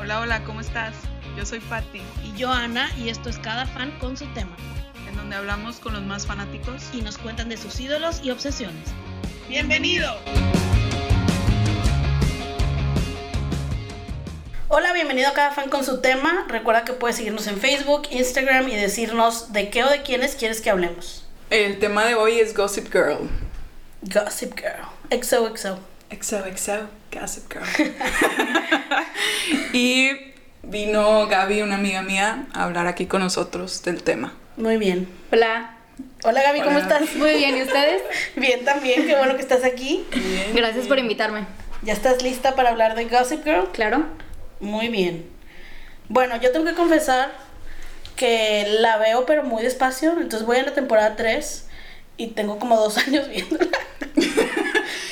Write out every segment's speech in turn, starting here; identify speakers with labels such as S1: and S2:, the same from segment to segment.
S1: Hola, hola, ¿cómo estás? Yo soy Patti,
S2: Y yo, Ana, y esto es Cada Fan con su tema.
S1: en donde hablamos con los más fanáticos.
S2: Y nos cuentan de sus ídolos y obsesiones.
S1: ¡Bienvenido!
S2: Hola, bienvenido a Cada Fan con su tema. Recuerda que puedes seguirnos en Facebook, Instagram y decirnos de qué o de quiénes quieres que hablemos.
S3: El tema de hoy es Gossip Girl.
S2: Gossip Girl. XOXO.
S3: XOXO, Gossip Girl. y vino Gaby, una amiga mía, a hablar aquí con nosotros del tema.
S2: Muy bien.
S4: Hola,
S2: Hola Gaby, ¿cómo
S3: Hola.
S2: estás?
S4: muy bien, ¿y ustedes?
S2: Bien también, qué bueno que estás aquí.
S4: Gracias por invitarme.
S2: ¿Ya estás lista para hablar de Gossip Girl?
S4: Claro.
S2: Muy bien. Bueno, yo tengo que confesar que la veo pero muy despacio, entonces voy a la temporada 3 y tengo como dos años viéndola.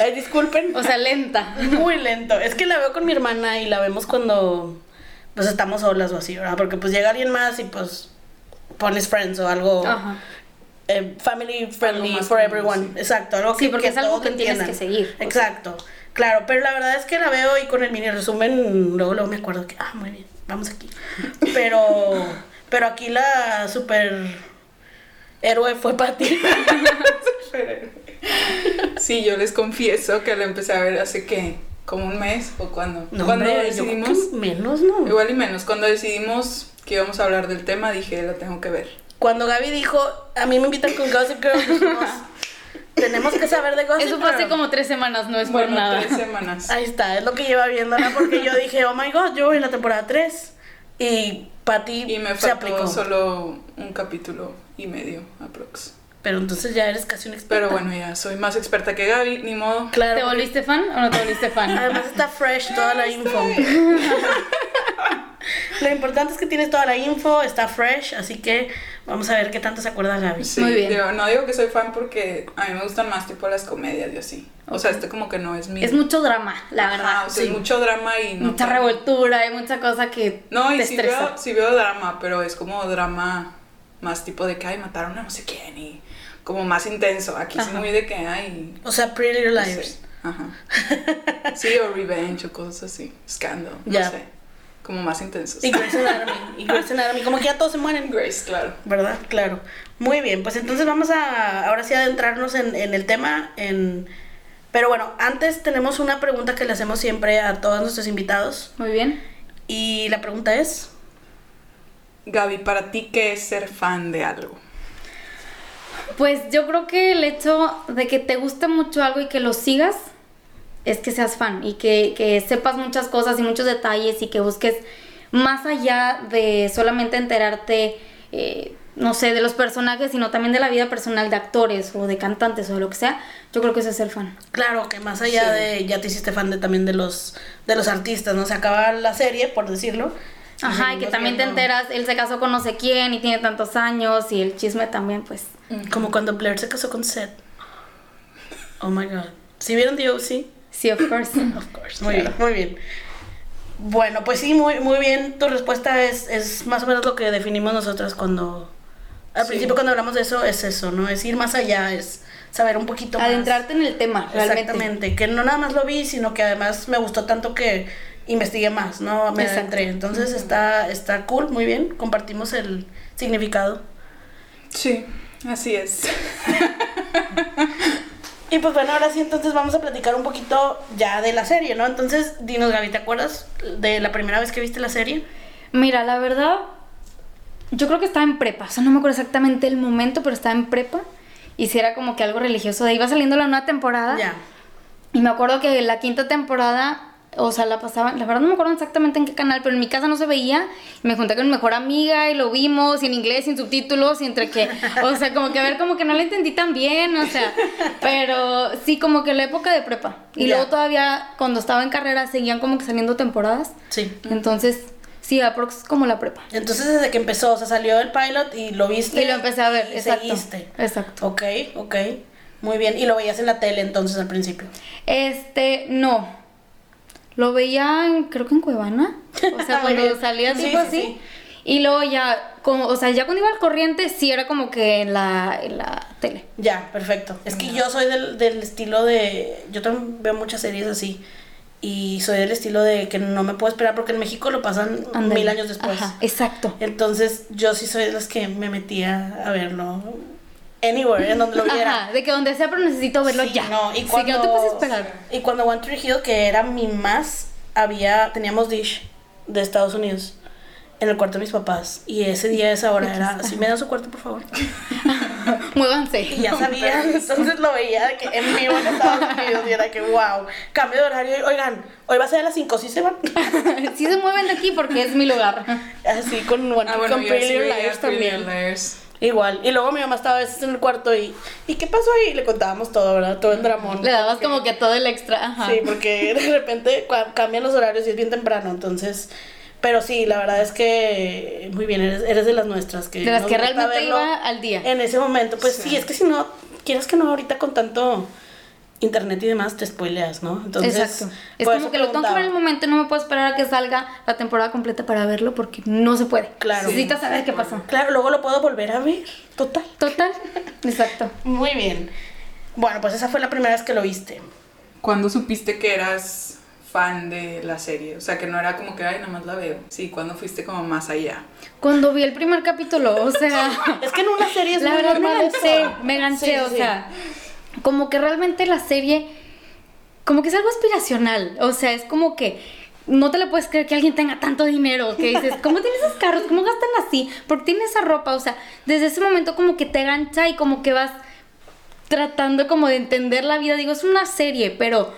S2: Ay, disculpen.
S4: O sea, lenta.
S2: Muy lento. Es que la veo con mi hermana y la vemos cuando pues estamos solas o así, ¿verdad? Porque pues llega alguien más y pues pones friends o algo
S3: Oh.
S4: Ajá.
S2: eh, family
S3: Algo
S2: friendly
S3: más
S2: for
S3: común,
S2: everyone. Exacto, algo
S4: Sí,
S2: que,
S4: porque
S2: que
S4: es algo
S2: todos
S4: que tienes
S2: entiendan.
S4: que seguir, o sea.
S2: Exacto, claro, pero la verdad es que la veo y con el mini resumen luego, luego me acuerdo que, ah, muy bien, vamos aquí. Pero, pero aquí la super héroe fue para ti.
S3: Sí, yo les confieso que la empecé a ver hace que, como un mes o cuando.
S2: No,
S3: cuando
S2: hombre, yo creo que
S3: decidimos,
S2: menos, ¿no?
S3: igual y menos, cuando decidimos que íbamos a hablar del tema, dije, la tengo que ver.
S2: Cuando Gaby dijo, a mí me invitan con Gossip Girl, dijimos, tenemos que saber de Gossip
S4: Eso fue hace
S2: Girl".
S4: como tres semanas, no es por
S3: bueno,
S4: nada.
S3: tres semanas.
S2: Ahí está, es lo que lleva viendo, ¿no? Porque yo dije, oh my god, yo voy en la temporada 3. Y Patty
S3: Y me
S2: se
S3: faltó
S2: aplicó.
S3: solo un capítulo y medio, aprox.
S2: Pero entonces ya eres casi un experto.
S3: Pero bueno, ya soy más experta que Gaby, ni modo.
S2: claro.
S4: ¿Te volviste fan o no te volviste fan?
S2: Además está fresh toda la info. Lo importante es que tienes toda la info, está fresh, así que vamos a ver qué tanto se acuerda Gaby.
S3: Sí,
S4: Muy bien.
S3: digo- no digo que soy fan porque a mí me gustan más tipo las comedias y así. O sea, esto como que no es mi...
S4: Es mucho drama, la
S3: Ajá,
S4: verdad.
S3: o sea,
S4: Sí.
S3: es mucho drama y no...
S4: Mucha revoltura, hay mucha cosa que
S3: No, y
S4: te
S3: sí
S4: estresa.
S3: veo, sí veo drama, pero es como drama más tipo de que, ay, mataron a no sé quién y como más intenso. Aquí es
S4: Ajá.
S3: muy de que, ay...
S2: O sea, Pretty Little
S3: no
S2: Liars.
S3: sé. Ajá. Sí, o revenge o cosas así. Scandal,
S2: Ya.
S3: no sé. Como más intensos.
S2: Y Grey's Anatomy. Y Grey's Anatomy. Como que ya todos se mueren.
S3: Grace, claro.
S2: ¿Verdad? Claro. Muy bien, pues entonces vamos a ahora sí adentrarnos en, en el tema. En... Pero bueno, antes tenemos una pregunta que le hacemos siempre a todos nuestros invitados.
S4: Muy bien.
S2: Y la pregunta es,
S3: Gaby, ¿para ti qué es ser fan de algo?
S4: Pues yo creo que el hecho de que te guste mucho algo y que lo sigas es que seas fan y que, que sepas muchas cosas y muchos detalles y que busques más allá de solamente enterarte, eh, no sé, de los personajes, sino también de la vida personal de actores o de cantantes o de lo que sea. Yo creo que eso es ser fan.
S2: claro, que más allá
S3: Sí.
S2: de, ya te hiciste fan de, también de los, de los artistas, ¿no? Se acaba la serie, por decirlo. y
S4: Ajá, y que
S2: seguimos
S4: también te
S2: viendo-
S4: enteras, él se casó con no sé quién y tiene tantos años y el chisme también, pues.
S2: Como cuando Blair se casó con Seth. Oh my God. ¿Sí vieron The O.C.?
S4: Sí, of course.
S2: Of course. Muy bien, muy bien. Bueno, pues sí, muy, muy bien. Tu respuesta es, es más o menos lo que definimos nosotras cuando. Al
S3: Sí.
S2: principio, cuando hablamos de eso, es eso, ¿no? Es ir más allá, es saber un poquito más.
S4: Adentrarte en el tema, realmente.
S2: Exactamente. Que no nada más lo vi, sino que además me gustó tanto que investigué más, ¿no? Me
S4: Exacto.
S2: adentré. Entonces está, está cool, muy bien. Compartimos el significado.
S3: Sí, así es.
S2: Y pues bueno, ahora sí, entonces vamos a platicar un poquito ya de la serie, ¿no? Entonces, dinos, Gaby, ¿te acuerdas de la primera vez que viste la serie?
S4: Mira, la verdad, yo creo que estaba en prepa. O sea, no me acuerdo exactamente el momento, pero estaba en prepa. Y si era como que algo religioso. De ahí iba saliendo la nueva temporada.
S2: Ya.
S4: Y me acuerdo que la quinta temporada, o sea, la pasaban. La verdad no me acuerdo exactamente en qué canal, pero en mi casa no se veía. Y me junté con mi mejor amiga y lo vimos, y en inglés, sin subtítulos, y entre que. O sea, como que a ver, como que no lo entendí tan bien, o sea. Pero sí, como que la época de prepa. Y
S2: Ya.
S4: luego todavía, cuando estaba en carrera, seguían como que saliendo temporadas.
S2: Sí.
S4: Entonces, sí, aprox como la prepa.
S2: Entonces, desde que empezó, o sea, salió el pilot y lo viste.
S4: Y lo empecé a ver,
S2: y
S4: exacto.
S2: seguiste.
S4: Exacto.
S2: Ok, ok. Muy bien. Y lo veías en la tele entonces al principio.
S4: Este, no. Lo veía, en- creo que en Cuevana. O sea,
S2: Muy
S4: cuando
S2: bien.
S4: salía
S2: Sí,
S4: tipo
S2: sí,
S4: así.
S2: sí.
S4: Y luego ya, como, o sea, ya cuando iba al corriente, sí era como que en la, en la tele.
S2: Ya, perfecto. Es que yo soy del, del estilo de. Yo también veo muchas series así. Y soy del estilo de que no me puedo esperar porque en México lo pasan
S4: Ándale.
S2: mil años después.
S4: Ajá, exacto.
S2: Entonces yo sí soy de las que me metía a verlo anywhere, en donde lo viera.
S4: Ajá, de que donde sea, pero necesito verlo
S2: Sí,
S4: ya.
S2: No, y
S4: Sí,
S2: cuando,
S4: que no te puedes esperar.
S2: Y cuando One Tree Hill, que era mi más, había, teníamos Dish de Estados Unidos en el cuarto de mis papás. Y ese día, esa hora era, si me dan su cuarto, por favor. Y
S4: Muévanse.
S2: ya sabía, entonces lo veía de que en vivo en Estados Unidos y era que, wow, cambio de horario. Oigan, hoy va a ser a las 5, ¿sí se van?
S4: sí se mueven de aquí porque es mi lugar.
S2: Así con One
S3: Ah,
S2: Tree
S3: bueno,
S2: con
S3: yo
S2: Pretty
S3: sí
S2: Little
S3: veía
S2: Liars
S3: Pretty
S2: también.
S3: Little Liars.
S2: Igual. Y luego mi mamá estaba a veces en el cuarto y, ¿y qué pasó ahí? Y le contábamos todo, ¿verdad? Todo el dramón.
S4: Le dabas como que todo el extra. Ajá.
S2: Sí, porque de repente cua- cambian los horarios y es bien temprano, entonces... Pero sí, la verdad es que muy bien, eres, eres de las nuestras. Que
S4: de las
S2: nos
S4: que
S2: gusta
S4: realmente
S2: verlo
S4: iba al día.
S2: En ese momento, pues sí.
S3: Sí.
S2: es que si no, quieres que no, ahorita con tanto internet y demás te spoileas, ¿no? Entonces,
S4: Exacto. Es
S2: por
S4: como
S2: eso
S4: que lo tengo que
S2: preguntaba.
S4: ver en el momento y no me puedo esperar a que salga la temporada completa para verlo porque no se puede.
S2: Claro.
S4: Necesitas saber qué pasó.
S2: Claro, luego lo puedo volver a ver, total.
S4: Total. Exacto.
S2: Muy bien. Bueno, pues esa fue la primera vez que lo viste.
S3: ¿Cuándo supiste que eras fan de la serie? O sea, que no era como que, ay, nada más la veo. Sí, ¿cuándo fuiste como más allá?
S4: Cuando vi el primer capítulo, o sea.
S2: Es que en una serie es
S4: la
S2: muy
S4: verdad me
S2: normal eso.
S4: gancé, me gancé,
S2: Sí, sí,
S4: o
S2: sí.
S4: sea, como que realmente la serie, como que es algo aspiracional, o sea, es como que no te lo puedes creer que alguien tenga tanto dinero, que dices, ¿cómo tiene esos carros? ¿Cómo gastan así? ¿Por qué tiene esa ropa? O sea, desde ese momento como que te gancha y como que vas tratando como de entender la vida, digo, es una serie, pero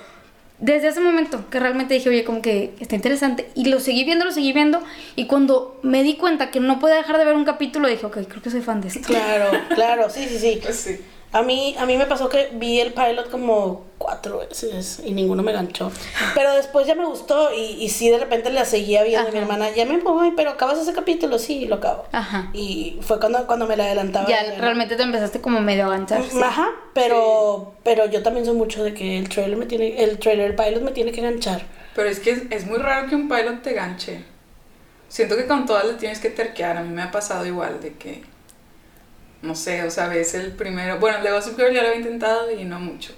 S4: desde ese momento que realmente dije, oye, como que está interesante. Y lo seguí viendo, lo seguí viendo. Y cuando me di cuenta que no podía dejar de ver un capítulo, dije, ok, creo que soy fan de esto.
S2: Claro, claro, sí, sí, sí.
S3: Pues sí.
S2: A mí, a mí me pasó que vi el pilot como cuatro veces y ninguno me ganchó. Pero después ya me gustó y, y sí, de repente la seguía viendo a mi
S4: Ajá.
S2: hermana. Ya me voy, pero acabas ese capítulo, sí, lo acabo.
S4: Ajá.
S2: Y fue cuando, cuando me la adelantaba.
S4: Ya
S2: ella, ¿no?
S4: realmente te empezaste como medio a avanzar. sí.
S2: Ajá, pero, pero yo también soy mucho de que el trailer me tiene, el trailer, el pilot me tiene que ganchar.
S3: Pero es que es, es muy raro que un pilot te ganche. Siento que con todas le tienes que terquear. A mí me ha pasado igual de que. No sé, o sea, ves el primero. Bueno, el de Gossip Girl ya lo había intentado y no mucho.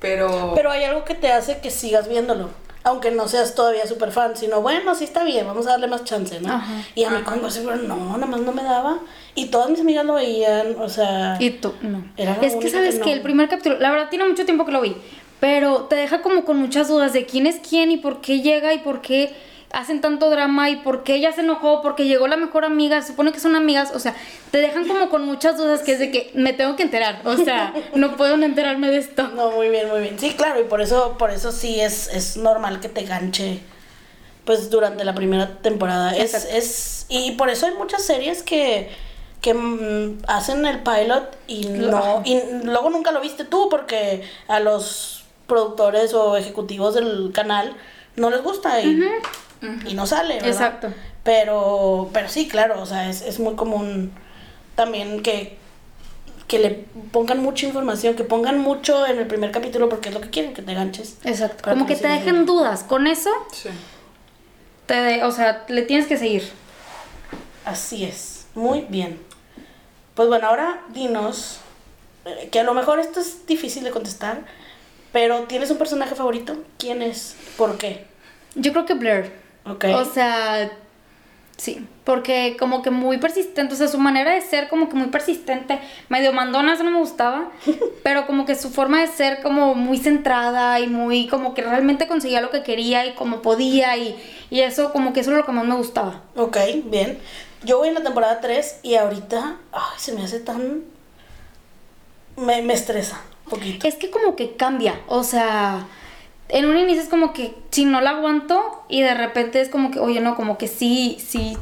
S3: Pero.
S2: Pero hay algo que te hace que sigas viéndolo. Aunque no seas todavía súper fan, sino bueno, sí está bien, vamos a darle más chance, ¿no?
S4: Ajá.
S2: Y a mí
S3: Ajá.
S2: con Gossip Girl, no, nada más no me daba. Y todas mis amigas lo veían, o sea.
S4: Y tú, no.
S2: Era la
S4: es
S2: única
S4: que sabes
S2: que
S4: que,
S2: no.
S4: el primer capítulo, la verdad tiene mucho tiempo que lo vi, pero te deja como con muchas dudas de quién es quién y por qué llega y por qué hacen tanto drama y por qué ella se enojó, porque llegó la mejor amiga, se supone que son amigas, o sea, te dejan como con muchas dudas que es de que me tengo que enterar, o sea, no puedo no enterarme de esto.
S2: No, muy bien, muy bien. Sí, claro, y por eso, por eso sí es, es normal que te ganche, pues, durante la primera temporada. Es,
S4: Exacto.
S2: es, y por eso hay muchas series que, que mm, hacen el pilot y no,
S4: Ajá.
S2: y luego nunca lo viste tú, porque a los productores o ejecutivos del canal no les gusta y, y no sale, ¿verdad?
S4: Exacto.
S2: Pero, pero sí, claro, o sea, es, es muy común también que, que le pongan mucha información, que pongan mucho en el primer capítulo porque es lo que quieren, que te ganches.
S4: Exacto.
S2: Para
S4: Como
S2: que no
S4: que te
S2: sigas
S4: dejen
S2: viendo.
S4: dudas, con eso,
S3: Sí.
S4: te de- o sea, le tienes que seguir.
S2: Así es, muy bien. Pues bueno, ahora dinos, eh, que a lo mejor esto es difícil de contestar, pero ¿tienes un personaje favorito? ¿Quién es? ¿Por qué?
S4: Yo creo que Blair.
S2: Ok.
S4: O sea, sí, porque como que muy persistente, o sea, su manera de ser como que muy persistente, medio mandona, eso no me gustaba, pero como que su forma de ser como muy centrada y muy como que realmente conseguía lo que quería y como podía y, y eso como que eso es lo que más me gustaba.
S2: Ok, bien. Yo voy en la temporada 3 y ahorita ay, se me hace tan... Me, me estresa un poquito.
S4: Es que como que cambia, o sea, en un inicio es como que si no la aguanto y de repente es como que, oye, no, como que sí, sí,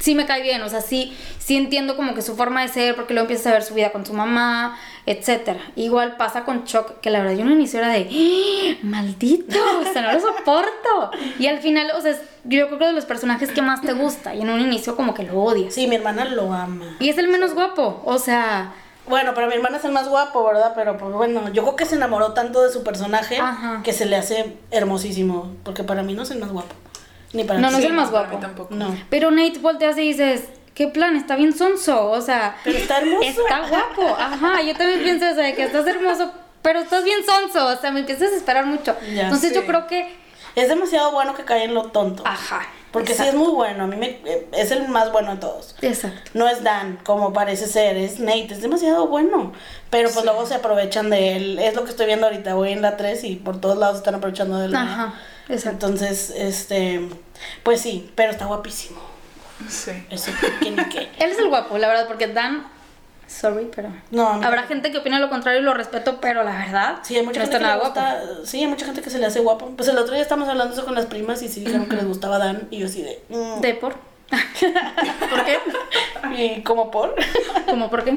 S4: sí me cae bien, o sea, sí, sí entiendo como que su forma de ser, porque luego empiezas a ver su vida con su mamá, etcétera. Igual pasa con Chuck, que la verdad yo en un inicio era de, "¡Ah! maldito, o sea, no lo soporto. Y al final, o sea, es- yo creo que de los personajes que más te gusta y en un inicio como que lo odias.
S2: Sí, mi hermana lo ama.
S4: Y es el menos guapo, o sea,
S2: Bueno, pero mi hermana es el más guapo, ¿verdad? Pero pues bueno, yo creo que se enamoró tanto de su personaje
S4: Ajá.
S2: que se le hace hermosísimo. Porque para mí no es el más guapo. Ni para
S4: No,
S2: ti.
S4: no es el más
S3: para
S4: guapo.
S3: mí tampoco.
S2: No.
S4: Pero Nate volteas y dices, ¿qué plan? Está bien sonso, o sea,
S2: Pero está hermoso.
S4: está guapo. Ajá, yo también pienso eso, de que estás hermoso, pero estás bien sonso, o sea, me empiezas a desesperar mucho.
S2: Ya
S4: Entonces yo
S3: sé.
S4: creo que,
S2: Es demasiado bueno que cae en lo tonto.
S4: ajá.
S2: Porque sí es
S4: exacto,
S2: muy bueno, a mí me, eh, es el más bueno de todos.
S4: Exacto.
S2: No es Dan, como parece ser, es Nate, es demasiado bueno. Pero pues luego se aprovechan de él, es lo que estoy viendo ahorita, voy en la 3 y por todos lados están aprovechando de él. ¿no?
S4: Ajá, exacto.
S2: Pues Entonces, este, pues sí, pero está guapísimo.
S3: Sí.
S2: Eso, que ni qué.
S4: Él es el guapo, la verdad, porque Dan, sorry, pero...
S2: No, a mí-
S4: Habrá gente que opina lo contrario y lo respeto, pero la verdad,
S2: Sí, hay mucha
S4: no
S2: gente
S4: está
S2: que le
S4: nada guapo.
S2: gusta- sí, hay mucha gente que se le hace guapo. Pues el otro día estábamos hablando eso con las primas y sí dijeron que les gustaba Dan y yo así de... mm,
S4: De por. ¿Por qué?
S2: ¿Y como por?
S4: ¿Cómo por qué?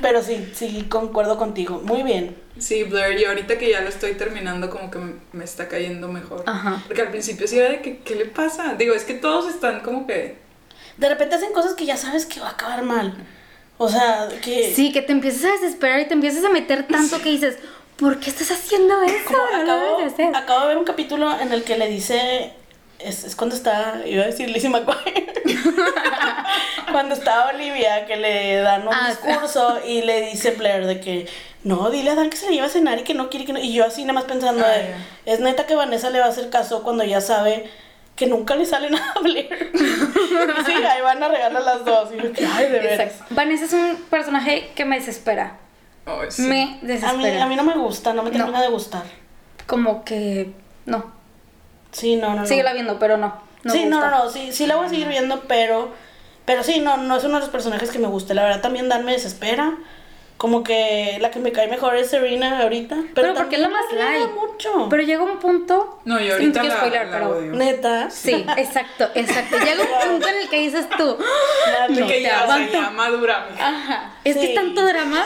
S2: Pero sí, sí, concuerdo contigo. Muy bien.
S3: Sí, Blur, y ahorita que ya lo estoy terminando, como que me- me está cayendo mejor.
S4: Ajá.
S3: Porque al principio sí era de que, ¿qué le pasa? Digo, es que todos están como que.
S2: De repente hacen cosas que ya sabes que va a acabar mal. O sea, que...
S4: Sí, que te empiezas a desesperar y te empiezas a meter tanto que dices, ¿por qué estás haciendo eso?
S2: Como
S4: No lo
S2: acabo,
S4: debes de hacer".
S2: acabo de ver un capítulo en el que le dice... Es, es cuando está... Iba a decir Lizzie McGuire. cuando está Olivia, que le dan un
S4: Ah, sí.
S2: discurso y le dice Blair de que... No, dile a Dan que se le lleva a cenar y que no quiere que no... Y yo así nada más pensando...
S3: Ah,
S2: de,
S3: ya.
S2: es neta que Vanessa le va a hacer caso cuando ya sabe... Que nunca le sale nada a Blair. Y sí, ahí van a regalar las dos. Y yo, ay, de veras.
S4: Exacto. Vanessa es un personaje que me desespera.
S3: ay, sí.
S4: Me
S2: A
S4: desespera.
S2: mí, a mí no me gusta, no me
S4: No.
S2: termina de gustar.
S4: Como que no.
S2: Sí, no, no. no.
S4: Síguela viendo, pero no. no
S2: sí,
S4: me
S2: no,
S4: gusta.
S2: no, no, sí, sí la voy a seguir viendo, pero pero sí, no, no es uno de los personajes que me guste. La verdad también Dan me desespera. Como que la que me cae mejor es Serena ahorita. Pero,
S4: Pero porque es la
S2: también
S4: más
S2: me agrada
S4: light.
S2: mucho.
S4: Pero llega un punto.
S3: No, y
S4: es que
S3: ahorita
S4: te quiero
S3: la,
S4: spoilear,
S3: la
S4: pero-
S3: odio.
S2: Neta.
S4: Sí, exacto, exacto. Llega un punto en el que dices tú.
S3: De
S4: No
S3: que
S4: te
S3: ya, o sea,
S4: aguanto.
S3: ya madura, mija.
S4: Ajá. Es que
S2: Sí.
S4: es tanto drama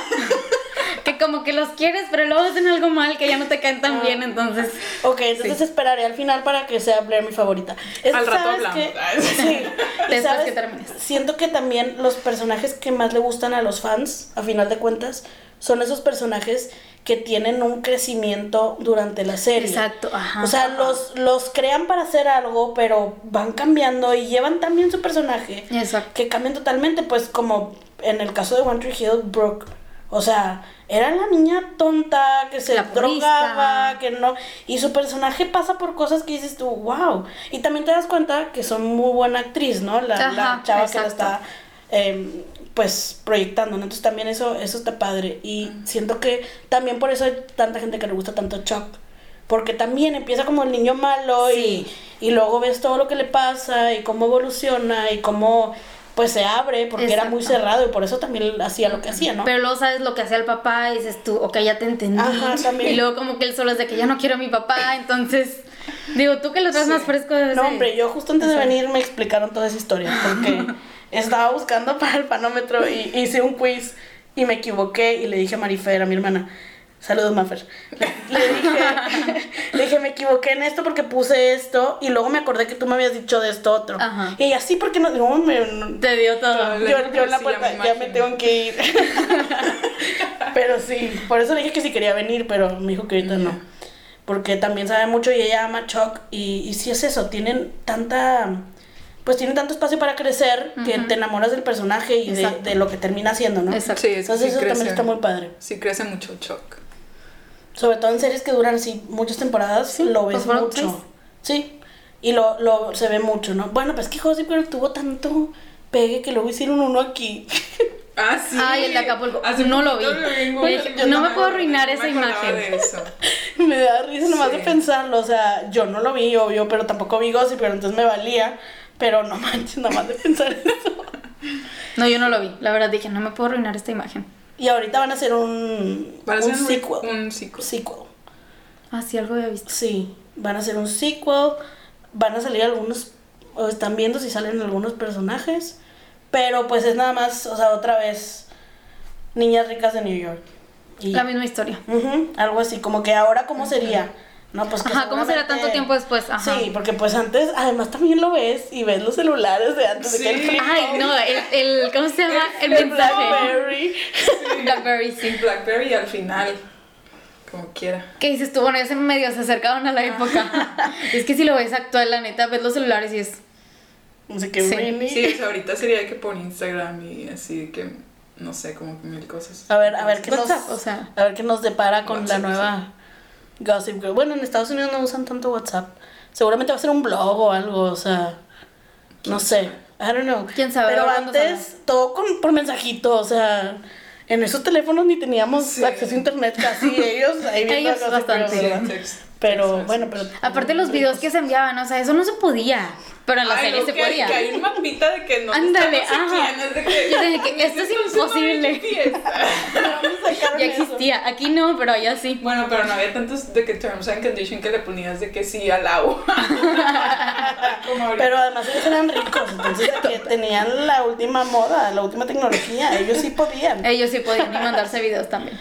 S4: que como que los quieres, pero luego hacen algo mal que ya no te caen tan bien, entonces.
S2: Ok, entonces
S4: Sí.
S2: esperaré al final para que sea Blair mi favorita. Es
S3: Al
S2: que,
S3: rato
S2: ¿sabes
S3: hablamos.
S2: qué? Sí. Y
S4: Después que termines.
S2: Siento que también los personajes que más le gustan a los fans, a final de cuentas, son esos personajes que tienen un crecimiento durante la serie.
S4: Exacto, ajá.
S2: O sea, los, los crean para hacer algo, pero van cambiando y llevan también su personaje
S4: Exacto.
S2: que cambian totalmente, pues como en el caso de One Tree Hill, Brooke, o sea, era la niña tonta que se
S4: La purista.
S2: drogaba, que no, y su personaje pasa por cosas que dices tú, wow, y también te das cuenta que son muy buena actriz, ¿no? La, la
S4: Ajá,
S2: chava que la
S4: exacto.
S2: está, eh, pues, proyectando, ¿no? Entonces también eso, eso está padre, y siento que también por eso hay tanta gente que le gusta tanto Chuck. Porque también empieza como el niño malo
S4: Sí.
S2: y, y luego ves todo lo que le pasa y cómo evoluciona y cómo pues se abre porque era muy
S4: Exacto.
S2: cerrado y por eso también él hacía lo que hacía, ¿no?
S4: Pero luego sabes lo que hacía el papá y dices tú, ok, ya te entendí.
S2: Ajá, también.
S4: Y luego como que él solo es de que ya no quiero a mi papá, entonces digo, tú que lo traes más fresco de
S2: no, hombre, yo justo antes de venir me explicaron toda esa historia porque estaba buscando para el panómetro y hice un quiz y me equivoqué y le dije a Marifer, a mi hermana, saludos Mafer, le, le dije, le dije, me equivoqué en esto porque puse esto y luego me acordé que tú me habías dicho de esto otro.
S4: Ajá.
S2: Y ella, sí, porque no, no, me, no-
S4: Te dio todo.
S3: Todo.
S2: yo, yo en la
S3: Sí, ya
S2: puerta,
S3: me
S2: ya me
S3: imagino.
S2: tengo que ir. pero sí, por eso le dije que si quería venir, pero me dijo que ahorita no. Porque también sabe mucho y ella ama Chuck. Y, y sí es eso, tienen tanta. Pues tienen tanto espacio para crecer que te enamoras del personaje y de,
S4: Exacto.
S2: de lo que termina haciendo, ¿no?
S4: Exacto.
S3: Sí, es que
S2: Entonces
S3: sí
S2: eso
S3: crece.
S2: también está muy padre.
S3: Sí, crece mucho Chuck.
S2: Sobre todo en series que duran así muchas temporadas,
S4: Sí,
S2: lo
S4: pues
S2: ves
S4: fueron
S2: mucho.
S4: seis.
S2: Sí, y lo, lo se ve mucho, ¿no? Bueno, pues es que Gossip Girl tuvo tanto pegue que luego hicieron uno aquí.
S3: Ah, sí.
S4: Ay, el de Acapulco.
S3: Hace
S4: No lo
S3: poquito
S4: vi.
S3: en
S4: Yo
S3: Google.
S4: dije,
S3: Yo
S4: no me
S3: tampoco,
S4: puedo arruinar
S3: no
S4: esa
S3: me acordaba
S4: imagen.
S3: de eso.
S2: Me da risa nomás de
S3: Sí.
S2: pensarlo, o sea, yo no lo vi, obvio, pero tampoco vi Gossip, pero entonces me valía, pero no manches, nomás de pensar eso.
S4: No, yo no lo vi. La verdad dije, no me puedo arruinar esta imagen.
S2: Y ahorita van a hacer un,
S3: Van a
S2: un
S3: hacer
S2: sequel.
S3: Un sequel.
S2: Sequel.
S4: Ah, sí, algo había visto.
S2: Sí, van a hacer un sequel, van a salir algunos, o están viendo si salen algunos personajes, pero pues es nada más, o sea, otra vez, Niñas Ricas de New York. Y
S4: La misma historia.
S2: Ujú, algo así, como que ahora cómo sería. No, pues que
S4: Ajá, ¿cómo será tanto
S2: seguramente-
S4: tiempo después? Ajá.
S2: Sí, porque pues antes, además también lo ves y ves los celulares de antes de que
S3: Sí.
S2: el
S4: Ay, no, el, el- ¿cómo se llama? El mensaje.
S2: Blackberry.
S4: Blackberry, sí.
S3: Blackberry al final. Como quiera.
S4: ¿Qué dices tú? Bueno, ya se medio se acercaron a la época. es que si lo ves actual, la neta, ves los celulares y es.
S2: No sé qué,
S4: Sí.
S2: Rini.
S3: Sí, o sea, ahorita sería que por Instagram y así de que no sé, como que mil cosas.
S2: A ver, a ver qué nos,
S4: WhatsApp, o sea.
S2: a ver qué nos depara con
S3: WhatsApp,
S2: la nueva Gossip Girl. Bueno, en Estados Unidos no usan tanto WhatsApp. Seguramente va a ser un blog o algo, o sea, no sé. I don't know.
S4: ¿Quién sabe?
S2: Pero
S4: Ahora nos
S2: antes todo con- por mensajito, o sea, en esos teléfonos ni teníamos
S3: Sí.
S2: acceso a internet casi ellos ahí viendo
S4: Ellos
S2: a Gossip Girl,
S4: bastante.
S3: Sí,
S2: ¿verdad?
S3: text-
S2: Pero
S3: text
S2: bueno, pero
S3: message.
S4: Aparte los videos que se enviaban, o sea, eso no se podía. Pero en la
S3: Ay,
S4: serie
S3: no,
S4: se
S3: que hay-
S4: podía.
S3: Que hay un mapita de que no
S4: Ándale,
S3: está no sé
S4: ajá.
S3: quién, es de que-
S4: Yo dije que esto es
S3: Entonces, no hay
S4: imposible.
S3: GPS.
S4: Ya existía. Aquí no, pero allá sí.
S3: Bueno, pero no había tantos de que terms and condition que le ponías de que sí al agua. Como ahorita.
S2: Pero además ellos eran ricos, entonces que tenían la última moda, la última tecnología, ellos sí podían.
S4: Ellos sí podían y mandarse videos también.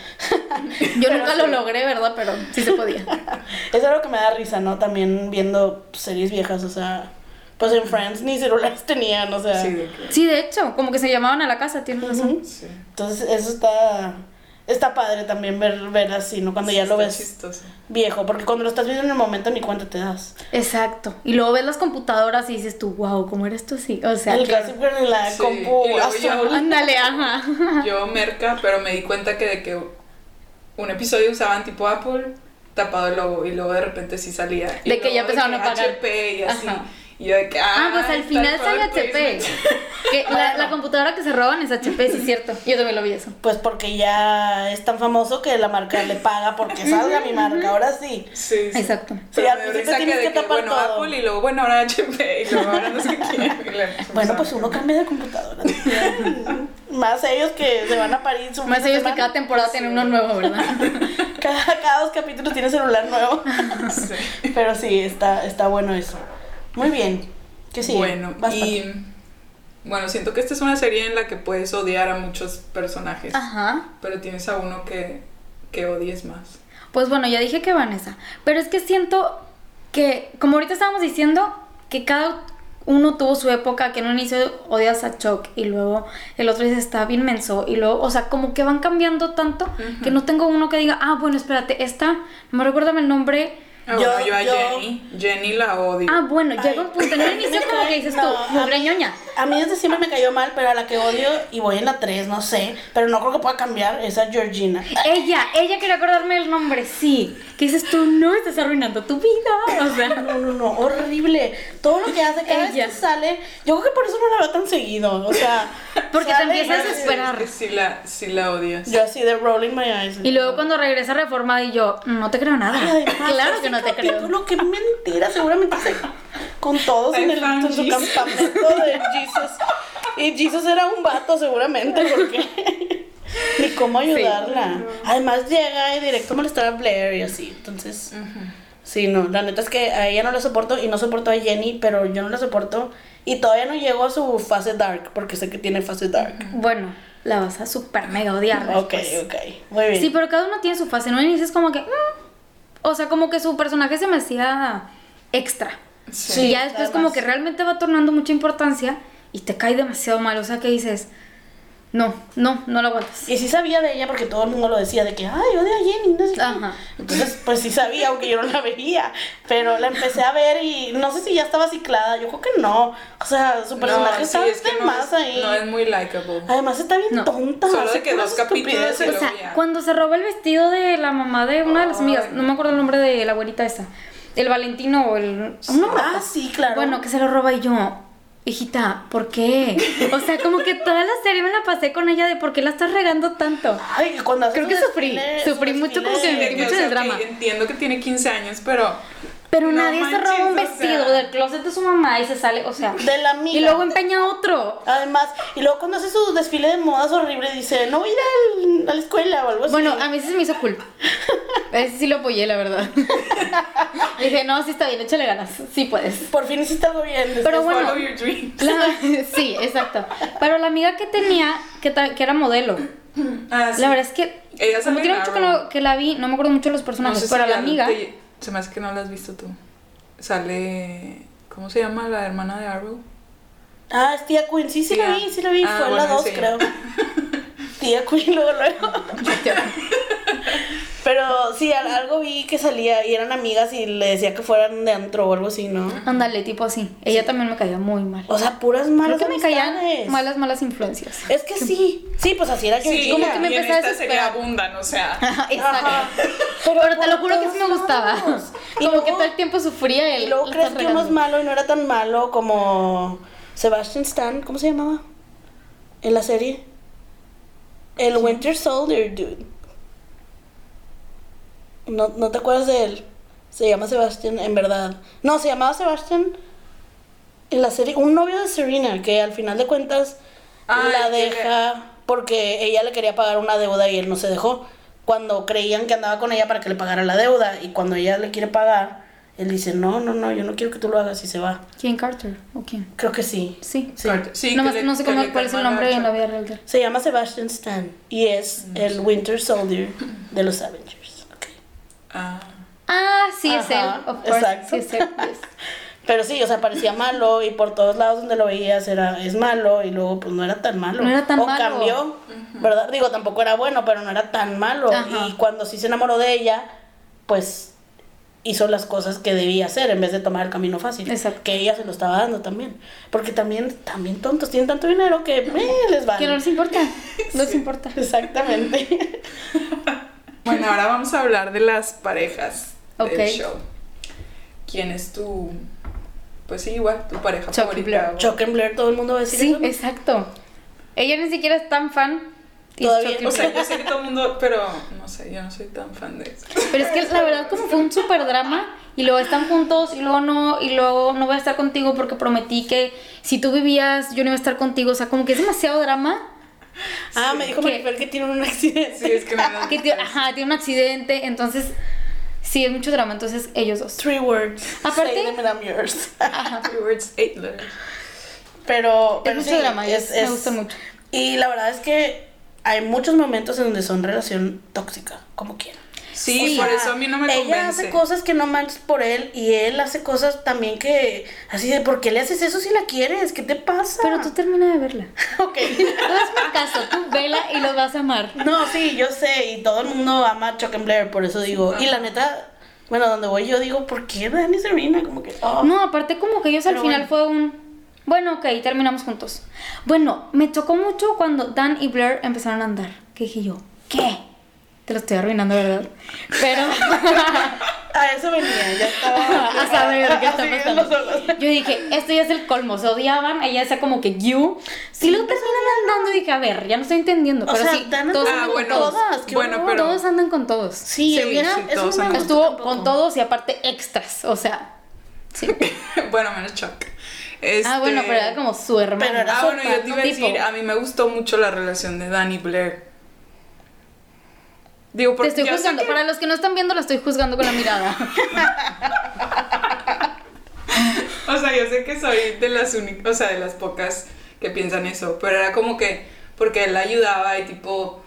S4: Yo nunca lo logré, ¿verdad? Pero sí se podía.
S2: Es algo que me da risa, ¿no? También viendo series viejas, o sea, pues en Friends ni celulares tenían, o sea.
S3: Sí, de que.
S4: Sí, de hecho, como que se llamaban a la casa, tienes razón.
S3: Sí.
S2: Entonces eso está está padre también ver ver así, ¿no? Cuando ya
S3: Sí,
S2: lo
S3: está
S2: ves
S3: Chistoso.
S2: viejo, porque cuando lo estás viendo en el momento ni cuenta te das.
S4: Exacto. Y luego ves las computadoras y dices tú, wow, ¿cómo eres tú así? O sea,
S2: el
S4: claro.
S2: Gossip Girl en la
S3: Sí, y
S2: compu
S3: luego
S2: azul.
S4: ándale, ajá.
S3: Yo merca, pero me di cuenta que de que un episodio usaban tipo Apple tapado el logo y luego de repente sí salía. Y
S4: De que ya
S3: luego
S4: empezaron
S3: que
S4: a pagar.
S3: HP y así.
S4: Ajá.
S3: Y yo de que.
S4: Ah, pues al
S3: está
S4: final
S3: el
S4: sale
S3: product
S4: HP.
S3: placement.
S4: Que la, la computadora que se roban es HP, sí es cierto. Yo también lo vi eso.
S2: Pues porque ya es tan famoso que la marca le paga porque salga mi marca, ahora sí.
S3: Sí, sí.
S4: Exacto.
S2: Sí,
S3: Pero
S2: al
S3: me dio
S2: principio
S3: risa
S2: tienes
S3: de
S2: que tapar
S3: bueno,
S2: todo.
S3: Apple y luego, bueno, ahora HP y luego ahora no sé quién. Y la-
S2: Bueno, pues uno cambia de computadora. Más ellos que se van a París. un
S4: Más
S2: fin de
S4: ellos que
S2: semana.
S4: cada temporada tienen uno nuevo, ¿verdad?
S2: Cada, cada dos capítulos tiene celular nuevo.
S3: Sí.
S2: Pero sí, está, está bueno eso. Muy bien. ¿Qué sigue?
S3: Bueno,
S2: Vas, Pati.
S3: y bueno, siento que esta es una serie en la que puedes odiar a muchos personajes,
S4: Ajá.
S3: pero tienes a uno que, que odies más.
S4: Pues bueno, ya dije que Vanessa. Pero es que siento que, como ahorita estábamos diciendo, que cada uno tuvo su época, que en un inicio odias a Chuck y luego el otro dice está bien menso y luego, o sea, como que van cambiando tanto
S3: Ujú.
S4: que no tengo uno que diga, ah, bueno, espérate, esta, no me recuérdame el nombre.
S3: Ah,
S2: Yo-
S3: bueno, yo a
S2: yo-
S3: Jenny, Jenny la odio.
S4: Ah, bueno,
S2: Ay.
S4: llega un punto en un inicio como que dices tú,
S2: No.
S4: mugre ñoña.
S2: A mí desde siempre me cayó mal, pero a la que odio y voy en la 3, no sé. Pero no creo que pueda cambiar esa Georgina.
S4: Ella, ella quería acordarme el nombre, sí. Que dices tú, no, estás arruinando tu vida. O sea,
S2: No, no, no, horrible. Todo lo que hace cada vez
S4: Ella.
S2: que sale, yo creo que por eso no la veo tan seguido. O sea,
S4: Porque te
S2: sale y
S4: empiezas
S2: yo
S4: a
S2: así-
S4: esperar.
S3: Es que sí la, sí la odias.
S2: Yo así de rolling my eyes.
S4: Y luego cuando regresa reformada y yo, no te creo nada.
S2: Ay,
S4: claro que no te creo.
S2: Lo que mentira, seguramente se- con todos en, el,
S3: I found
S2: en su
S3: Jesus.
S2: campamento de Jesus. Y Jesus era un vato seguramente, porque ni cómo ayudarla. Además llega y directo a molestar a Blair y así, entonces... Sí, no, la neta es que a ella no la soporto y no soporto a Jenny, pero yo no la soporto y todavía no llego a su fase dark, porque sé que tiene fase dark.
S4: Bueno, la vas a super mega odiar.
S2: Ok,
S4: después.
S2: ok, muy bien.
S4: Sí, pero cada uno tiene su fase, ¿no? Y dices como que, mm, o sea, como que su personaje se me hacía extra.
S3: Sí.
S4: y ya después
S2: nada
S4: como
S2: más.
S4: que realmente va tornando mucha importancia y te cae demasiado mal. O sea, que dices, no, no, no lo aguantas.
S2: Y sí sabía de ella porque todo el mundo lo decía de que, ay, odio a Jenny, no sé qué".
S4: Ajá.
S2: Entonces, pues sí sabía, aunque yo no la veía. Pero la empecé a ver y no sé si ya estaba ciclada. Yo creo que no. O sea, su personaje
S3: No,
S2: está
S3: sí, es que
S2: de
S3: no
S2: más
S3: es-
S2: ahí.
S3: No es muy likable.
S2: Además, está bien
S4: No.
S2: tonta.
S3: Solo
S2: hace
S3: de que
S2: puras
S3: dos capítulos
S2: estupideces.
S3: y
S4: O
S3: luego
S4: sea,
S3: ya.
S4: cuando se roba el vestido de la mamá de una de las
S3: Ay.
S4: amigas, no me acuerdo el nombre de la abuelita esa, el Valentino o el... una ropa.
S2: Ah, sí, claro.
S4: Bueno, que se lo roba y yo, hijita, ¿por qué? O sea, como que toda la serie me la pasé con ella de por qué la estás regando tanto.
S2: Ay, que cuando hace
S4: Creo
S2: su
S4: que sufrí,
S2: desfile-
S4: sufrí
S2: su
S4: mucho como
S2: desfile-
S4: que-
S3: De que,
S4: mucho
S3: o sea,
S4: del drama.
S3: ok, entiendo que tiene 15 años, pero
S4: Pero
S3: No
S4: nadie se roba
S3: manches,
S4: un
S3: o sea.
S4: vestido del closet de su mamá y se sale, o sea,
S2: De la amiga.
S4: y luego empeña otro.
S2: Además, y luego cuando hace su desfile de modas horrible, dice, no voy a ir al- a la escuela o algo
S3: Pues
S2: así.
S4: Bueno, a mí sí se me hizo cool. Ese sí lo apoyé, la verdad. Dije, no, sí está bien, échale ganas, sí puedes.
S2: por fin hiciste algo bien. después
S4: Pero bueno,
S3: follow your dream.
S4: La- sí, exacto. Pero la amiga que tenía, que, ta- que era modelo,
S3: Ah, sí.
S4: la verdad es que.
S3: Ella
S4: como
S3: sale
S4: tiene
S3: en
S4: mucho que,
S3: Arrow.
S4: no- que la vi, no me acuerdo mucho de los personajes,
S3: sé
S4: pero
S3: si
S4: la
S3: ya
S4: amiga.
S3: te- se me hace que no la has visto tú. Sale. ¿Cómo se llama la hermana de Arrow?
S2: Ah, es tía Queen, sí, sí la
S3: Tía.
S2: vi, sí la vi,
S3: Ah,
S2: fue en la
S3: bueno,
S2: 2
S3: sí.
S2: creo. tía Queen luego, luego. Pero sí, al- algo vi que salía y eran amigas y le decía que fueran de antro o algo así, ¿no?
S4: Ándale, tipo así. Ella también me caía muy mal.
S2: O sea, puras
S4: Creo
S2: malas
S4: que me caían
S2: amistades.
S4: malas, malas influencias.
S2: Es que sí, Sí, pues así era Georgina.
S4: como que me
S3: y en
S4: empecé a
S3: esta sería
S4: desesperar.
S3: abundan, o sea.
S4: Exacto.
S2: Ajá.
S4: Pero, te
S2: por
S4: lo juro que
S2: todos
S4: sí me gustaba.
S2: lados. Y
S4: Como que
S2: luego-
S4: todo el tiempo sufría él.
S2: Y luego
S4: la
S2: crees
S4: estás
S2: que uno es
S4: regando.
S2: malo y no era tan malo como Sebastian Stan, ¿cómo se llamaba? En la serie. El Winter Soldier, dude. No, no te acuerdas de él. Se llama Sebastian, en verdad. No, se llamaba Sebastian en la serie. Un novio de Serena, que al final de cuentas
S3: Ay,
S2: la
S3: que le-
S2: deja porque ella le quería pagar una deuda y él no se dejó. Cuando creían que andaba con ella para que le pagara la deuda y cuando ella le quiere pagar, él dice, no, no, no, yo no quiero que tú lo hagas y se va.
S4: ¿Quién Carter? ¿O quién?
S2: Creo que sí.
S4: Sí.
S2: Sí.
S3: Sí,
S4: Nomás
S3: que le-
S4: no sé
S3: que
S4: cómo,
S3: le
S4: cuál es el
S3: calman
S4: nombre
S3: la
S4: en la vida real. de él.
S2: Se llama Sebastian Stan y es el Winter Soldier de los Avengers. Ok.
S3: Ah.
S4: Ah, sí, es él.
S2: Ajá,
S4: Of course.
S2: exacto.
S4: Sí, es él. yes.
S2: Pero sí, o sea, parecía malo y por todos lados donde lo veías era, es malo y luego pues no era tan malo.
S4: No era tan
S2: o
S4: malo.
S2: cambió, ¿verdad? Digo, tampoco era bueno, pero no era tan malo.
S4: Ajá.
S2: Y cuando sí se enamoró de ella, pues hizo las cosas que debía hacer en vez de tomar el camino fácil.
S4: Exacto.
S2: Que ella se lo estaba dando también. Porque también, también tontos, tienen tanto dinero que eh, les vale.
S4: Que no les importa. No les importa.
S2: Exactamente.
S3: Bueno, ahora vamos a hablar de las parejas
S4: Ok.
S3: del show. ¿Quién es tu. Pues sí, igual, tu pareja
S4: Chuck y
S3: favorita?
S4: Blair.
S2: Chuck and Blair, todo el mundo va a decir
S4: Sí,
S2: eso.
S4: exacto. Ella ni siquiera es tan fan. Y es
S2: Todavía.
S4: Chucky
S3: O sea, yo sé que todo el mundo, pero no sé, yo no soy tan fan de eso.
S4: Pero es que la verdad como fue un super drama y luego están juntos y luego no y luego no voy a estar contigo porque prometí que si tú vivías yo no iba a estar contigo, o sea, como que es demasiado drama.
S2: Ah, me dijo
S4: ¿Qué?
S2: Maribel que tiene un accidente.
S3: Sí, es que me da-
S4: Que tiene, ajá, tiene un accidente, entonces sí es mucho drama, entonces ellos dos.
S2: Three words.
S4: Aparte-
S2: Say them and I'm yours.
S3: Three words, eight letters.
S2: Pero,
S4: Es
S2: pero
S4: mucho
S2: sí,
S4: drama,
S2: es-
S4: es- me
S2: es-
S4: gusta mucho.
S2: Y la verdad es que hay muchos momentos en donde son relación tóxica, como quieran.
S3: Sí,
S4: Sí.
S3: por eso a mí no me
S2: Ella
S3: convence.
S2: hace cosas que no manches por él y él hace cosas también que así de ¿por qué le haces eso si la quieres? ¿Qué te pasa?
S4: Pero tú termina de verla.
S2: Ok.
S4: No hazme caso, tú vela y los vas a amar.
S2: No, sí, yo sé y todo el mundo ama a Chuck and Blair, por eso digo. Y la neta, bueno, donde voy yo digo, ¿por qué Dani y Serena? Como que oh.
S4: No, aparte como que ellos al
S2: Pero
S4: final
S2: bueno.
S4: fue un... Bueno, ok, terminamos juntos. Bueno, me chocó mucho cuando Dan y Blair empezaron a andar. Que dije yo, ¿qué? Te lo estoy arruinando, ¿verdad? Pero
S2: a eso venía, ya estaba
S4: a saber qué está
S2: Así,
S4: pasando.
S2: los ojos.
S4: Yo dije, esto ya es el colmo, se odiaban, ella hacía como que you. Si luego terminan andando, dije, a ver, ya no estoy entendiendo.
S2: O
S4: Pero
S2: sea,
S4: sí,
S2: Dan
S4: todos
S2: andaba
S4: andan
S3: con
S4: con todos.
S2: todas, qué
S3: Bueno,
S2: horror.
S3: pero-
S4: Todos andan con todos.
S2: Sí,
S3: Sí,
S2: era-
S3: sí,
S2: eso
S3: todos
S2: no me
S3: andan
S2: gustó
S4: Estuvo
S2: tampoco.
S4: con todos y aparte extras, o sea. Sí.
S3: bueno, menos Chuck.
S4: Ah, bueno,
S3: Este-
S4: pero era como su hermano.
S2: Pero era
S3: Ah,
S2: su
S3: bueno, yo te
S2: hermano,
S3: iba a decir,
S4: tipo.
S3: a mí me gustó mucho la relación de Danny Blair. Digo,
S4: Te
S3: porque
S4: estoy
S3: yo sé
S4: juzgando.
S3: que-
S4: Para los que no están viendo, la estoy juzgando con la mirada.
S3: O sea, yo sé que soy de las únicas, o sea, de las pocas que piensan eso, pero era como que, porque él la ayudaba y tipo,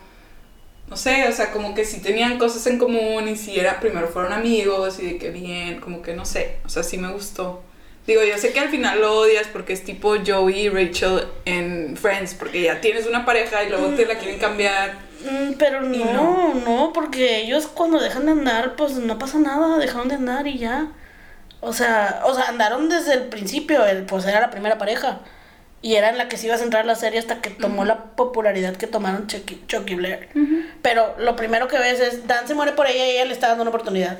S3: no sé, o sea, como que si tenían cosas en común y si era, primero fueron amigos y de que bien, como que no sé, o sea, sí me gustó. Digo, yo sé que al final lo odias porque es tipo Joey y Rachel en Friends, porque ya tienes una pareja y luego te la quieren cambiar.
S2: Mm, Pero
S3: Y
S2: no, no, porque ellos cuando dejan de andar, pues no pasa nada, dejaron de andar y ya. O sea, o sea, andaron desde el principio, él, pues era la primera pareja. Y era en la que se iba a centrar la serie hasta que tomó la popularidad que tomaron Chucky, Chucky Blair. Pero lo primero que ves es, Dan se muere por ella y ella le está dando una oportunidad.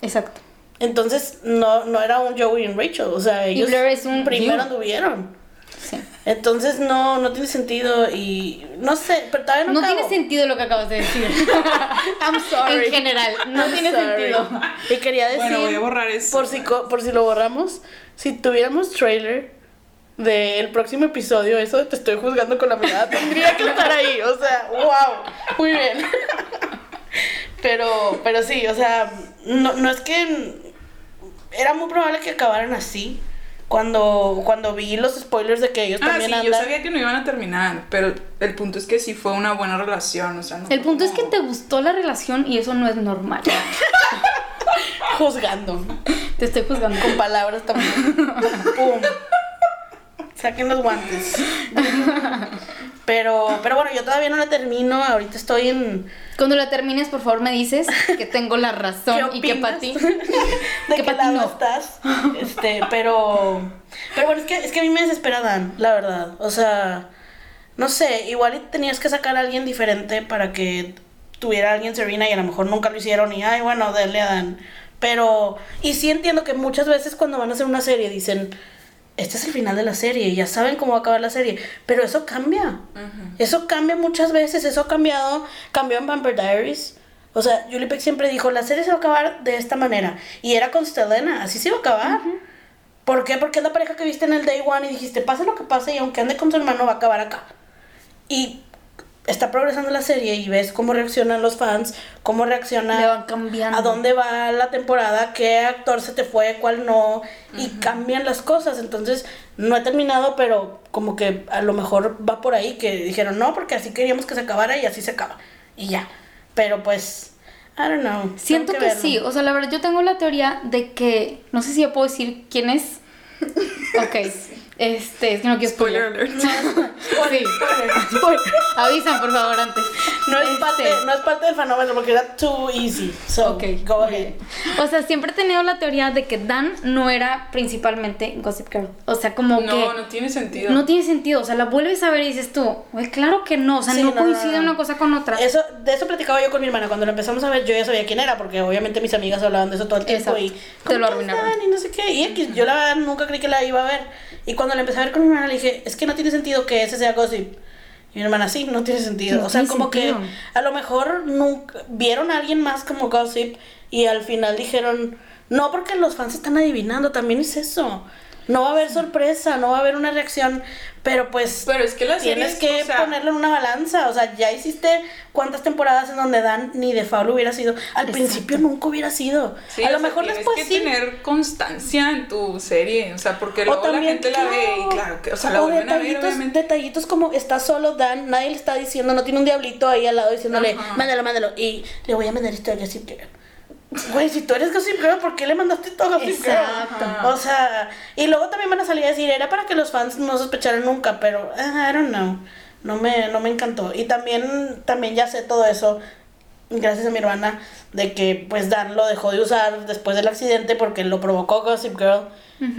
S4: Exacto.
S2: Entonces, no, no era un Joey y un Rachel, o sea, ellos
S4: Blair es un
S2: primero
S4: you.
S2: anduvieron.
S4: Sí.
S2: Entonces, no, no tiene sentido y no sé, pero todavía no
S4: No tiene
S2: acabo.
S4: sentido lo que acabas de decir.
S2: I'm sorry.
S4: En general, no
S2: I'm
S4: tiene
S2: sorry.
S4: sentido.
S2: Y quería
S4: Eh,
S2: decir,
S3: Bueno, voy a borrar eso.
S2: por, si, co- por si lo borramos, si tuviéramos trailer del próximo episodio, eso de te estoy juzgando con la mirada, tendría que estar ahí. O sea, wow, muy bien. Pero, pero sí, o sea, no, no es que era muy probable que acabaran así. Cuando, cuando vi los spoilers de que ellos
S3: Ah,
S2: también
S3: sí, yo
S2: andan.
S3: sabía que no iban a terminar, pero el punto es que sí fue una buena relación, o sea, no
S4: El
S3: fue
S4: punto es que
S3: como-
S4: te gustó la relación y eso no es normal.
S2: Juzgando.
S4: Te estoy juzgando.
S2: Con palabras también. Pum. Saquen los guantes. Pero, pero bueno, yo todavía no la termino. Ahorita estoy en.
S4: Cuando la termines, por favor, me dices que tengo la razón
S2: ¿Qué
S4: y que para
S2: opinas?
S4: ti.
S2: ¿De
S4: Que
S2: qué
S4: patino.
S2: lado estás? Este, pero. Pero bueno, es que, es que a mí me desespera Dan, la verdad. O sea. No sé, igual y tenías que sacar a alguien diferente para que tuviera alguien Serena y a lo mejor nunca lo hicieron y, ay, bueno, le Dan. Pero, y sí entiendo que muchas veces cuando van a hacer una serie dicen, este es el final de la serie, ya saben cómo va a acabar la serie, pero eso cambia.
S3: Ujú.
S2: Eso cambia muchas veces, eso ha cambiado, cambió en Vampire Diaries. O sea, Julie Peck siempre dijo, la serie se va a acabar de esta manera. Y era con Stelena, así se iba a acabar. ¿Por qué? Porque es la pareja que viste en el Day One y dijiste, pase lo que pase y aunque ande con su hermano va a acabar acá. Y está progresando la serie y ves cómo reaccionan los fans, cómo reacciona
S4: Le van cambiando.
S2: a dónde va la temporada, qué actor se te fue, cuál no, y cambian las cosas. Entonces, no he terminado, pero como que a lo mejor va por ahí que dijeron, no, porque así queríamos que se acabara y así se acaba. Y ya. Pero pues, I don't know. tengo
S4: Siento que,
S2: verlo.
S4: sí, o sea, la verdad yo tengo la teoría de que, no sé si ya puedo decir quién es. Ok, este, es que no quiero
S3: Spoiler
S4: spoiler.
S3: alert.
S4: Sí, avisan por favor antes.
S2: No es,
S4: Este,
S2: parte, no es parte del fenómeno porque era too easy. So,
S4: Ok,
S2: go
S4: muy
S2: ahead.
S4: bien. O sea, siempre he tenido la teoría de que Dan no era principalmente Gossip Girl. O sea, como que...
S3: No, no tiene sentido.
S4: No tiene sentido, o sea, la vuelves a ver y dices tú, güey, claro que no, o sea,
S2: Sí,
S4: no,
S2: no, no,
S4: coincide
S2: no.
S4: una cosa con otra.
S2: Eso, de eso platicaba yo con mi hermana. Cuando lo empezamos a ver, yo ya sabía quién era, porque obviamente mis amigas hablaban de eso todo el tiempo
S4: Exacto.
S2: y
S4: Te
S2: ¿cómo
S4: lo
S2: que
S4: arruinaron.
S2: están? Y no sé qué. Y X, yo la verdad nunca creí que la iba a ver. Y cuando la empecé a ver con mi hermana, le dije, es que no tiene sentido que ese sea gossip. Y mi hermana, sí, no tiene sentido.
S4: No
S2: o sea,
S4: tiene
S2: como
S4: sentido.
S2: que a lo mejor nunca, vieron a alguien más como gossip y al final dijeron, no, porque los fans están adivinando, también es eso. No va a haber sorpresa, no va a haber una reacción, pero pues
S3: Pero es que la serie
S2: Tienes que
S3: o sea,
S2: ponerlo en una balanza, o sea, ya hiciste cuántas temporadas en donde Dan ni de Faul hubiera sido. Al
S4: Exacto.
S2: principio nunca hubiera sido.
S3: sí,
S2: a
S3: o
S2: lo
S3: sea,
S2: mejor
S3: tienes
S2: después
S3: que
S2: sí.
S3: tener constancia en tu serie, o sea, porque
S2: O
S3: luego la
S2: también,
S3: gente la ve y claro, que, o sea, la vuelven a ver
S2: detallitos,
S3: obviamente.
S2: detallitos como está solo Dan, nadie le está diciendo, no tiene un diablito ahí al lado diciéndole,
S3: Ajá.
S2: mándalo, mándalo. Y le voy a mandar esto a Gossip Girl. Güey, si tú eres Gossip Girl, ¿por qué le mandaste todo a Gossip Girl?
S4: Exacto.
S2: O sea, y luego también van a salir a decir, era para que los fans no sospecharan nunca, pero ah, I don't know. No me, no me encantó. Y también, también ya sé todo eso, gracias a mi hermana, de que pues Dan lo dejó de usar después del accidente porque lo provocó Gossip Girl.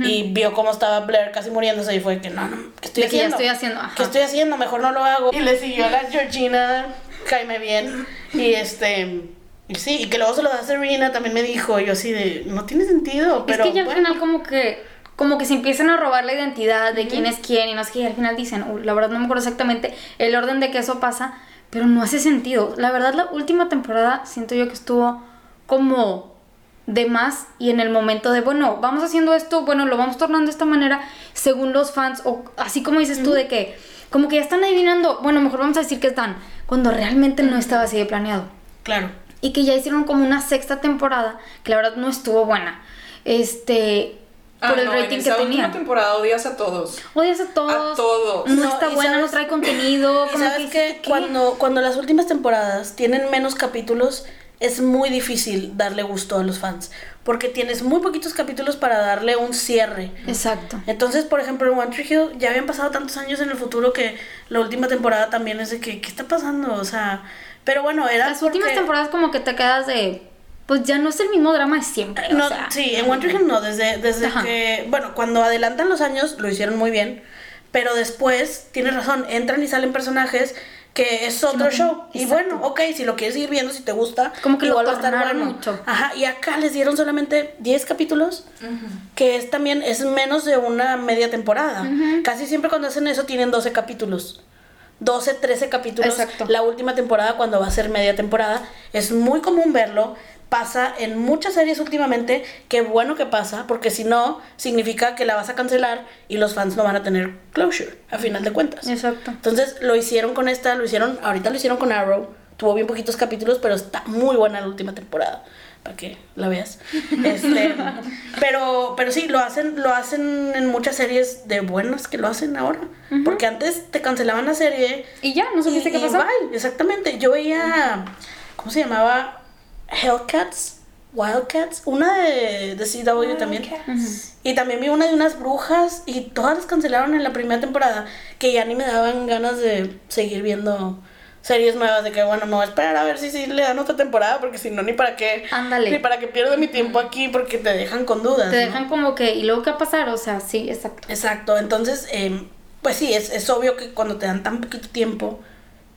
S2: Y vio cómo estaba Blair casi muriéndose y fue que no, no, ¿qué estoy
S4: De que ya
S2: haciendo?
S4: estoy haciendo, ajá.
S2: ¿Qué estoy haciendo? Mejor no lo hago. Y le siguió la Georgina, caime bien. Y este, y sí, y que luego se lo da a Serena, también me dijo, yo así de, no tiene sentido, pero
S4: es que ya al
S2: bueno.
S4: final como que como que se empiezan a robar la identidad de quién es quién y no sé qué, y al final dicen, "Uy, la verdad no me acuerdo exactamente el orden de que eso pasa, pero no hace sentido. La verdad la última temporada siento yo que estuvo como de más y en el momento de, bueno, vamos haciendo esto, bueno, lo vamos tornando de esta manera según los fans o así como dices tú de que como que ya están adivinando, bueno, mejor vamos a decir que están, cuando realmente no estaba así de planeado
S2: Claro.
S4: y que ya hicieron como una sexta temporada, que la verdad no estuvo buena. Este,
S3: Ah,
S4: por el
S3: no, en
S4: rating que
S3: esa última
S4: tenía.
S3: temporada odias a todos.
S4: Odias a todos.
S3: A todos.
S4: No,
S2: No,
S4: está
S2: y
S4: buena, no
S2: sabes-
S4: trae contenido.
S2: Y
S4: como
S2: sabes
S4: que
S2: que cuando, cuando las últimas temporadas tienen menos capítulos, es muy difícil darle gusto a los fans. Porque tienes muy poquitos capítulos para darle un cierre.
S4: Exacto.
S2: Entonces, por ejemplo, en One Tree Hill ya habían pasado tantos años en el futuro que la última temporada también es de que, ¿qué está pasando? O sea, pero bueno, era.
S4: Las últimas
S2: porque-
S4: temporadas como que te quedas de, pues ya no es el mismo drama de siempre.
S2: No,
S4: o sea,
S2: sí, en One Tree Hill no, desde, desde
S4: Ajá.
S2: que, bueno, cuando adelantan los años lo hicieron muy bien, pero después, tienes razón, entran y salen personajes que es otro
S4: no tienen-
S2: show. Y
S4: exacto.
S2: bueno, ok, si lo quieres seguir viendo, si te gusta,
S4: Como que lo
S2: igual va a
S4: tornaron mucho.
S2: Ajá, y acá les dieron solamente 10 capítulos, que es también, es menos de una media temporada. Casi siempre cuando hacen eso tienen 12 capítulos. 12, 13 capítulos.
S4: Exacto.
S2: La última temporada, cuando va a ser media temporada, es muy común verlo. Pasa en muchas series últimamente. Qué bueno que pasa, porque si no, significa que la vas a cancelar y los fans no van a tener closure, a final de cuentas.
S4: Exacto.
S2: Entonces lo hicieron con esta, lo hicieron, ahorita lo hicieron con Arrow. Tuvo bien poquitos capítulos, pero está muy buena la última temporada. Para que la veas. Este, pero, pero sí, lo hacen, lo hacen en muchas series de buenas que lo hacen ahora. Porque antes te cancelaban la serie.
S4: Y ya, no supiste
S2: y-
S4: qué
S2: y
S4: pasó.
S2: bye, exactamente. Yo veía. ¿Cómo se llamaba? Hellcats. Wildcats. Una de, de CW también. Y también vi una de unas brujas y todas las cancelaron en la primera temporada que ya ni me daban ganas de seguir viendo series nuevas de que bueno, me voy a esperar a ver si sí le dan otra temporada porque si no ni para qué
S4: Ándale.
S2: ni para qué pierdo mi tiempo aquí porque te dejan con dudas.
S4: Te
S2: ¿no?
S4: dejan como que, ¿y luego qué va a pasar? O sea, sí, exacto.
S2: Exacto, entonces eh, Pues sí, es, es obvio que cuando te dan tan poquito tiempo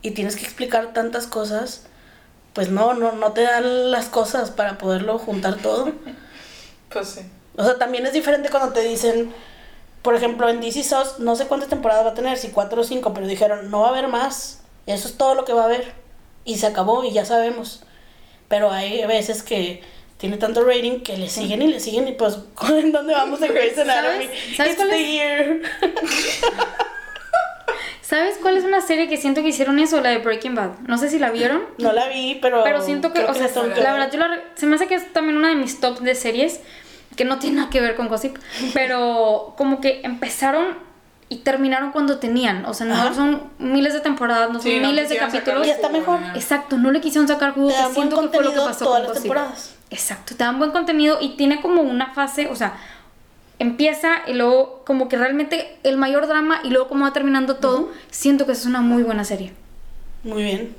S2: y tienes que explicar tantas cosas, pues no, no, no te dan las cosas para poderlo juntar todo.
S3: Pues sí.
S2: O sea, también es diferente cuando te dicen, por ejemplo, en DC SOS, no sé cuántas temporadas va a tener, si cuatro o cinco, pero dijeron, no va a haber más. Eso es todo lo que va a haber. Y se acabó y ya sabemos. Pero hay veces que tiene tanto rating que le siguen y le siguen y pues, ¿en dónde vamos en Grey's Anatomy?
S4: ¿Sabes? ¿Sabes
S2: It's
S4: cuál
S2: the
S4: es?
S2: year.
S4: ¿Sabes cuál es una serie que siento que hicieron eso? La de Breaking Bad. No sé si la vieron.
S2: No la vi, pero...
S4: Pero siento que,
S2: creo
S4: o sea,
S2: la tengo que
S4: la
S2: ver.
S4: verdad, yo la re- se me hace que es también una de mis top de series, que no tiene nada que ver con Gossip, pero como que empezaron y terminaron cuando tenían, o sea, no
S2: Ajá.
S4: son miles de temporadas, no son
S3: Sí, no
S4: miles de
S3: quisieron
S4: capítulos.
S2: Y está
S3: sacarle jugo,
S2: mejor.
S3: ¿no?
S4: Exacto, no le quisieron sacar jugo,
S2: Te
S4: que
S2: dan buen
S4: siento que fue lo que
S2: contenido
S4: pasó
S2: todas
S4: con
S2: las
S4: Gossip.
S2: temporadas.
S4: Exacto, te dan buen contenido y tiene como una fase, o sea, empieza y luego como que realmente el mayor drama y luego como va terminando todo, siento que es una muy buena serie.
S2: Muy bien.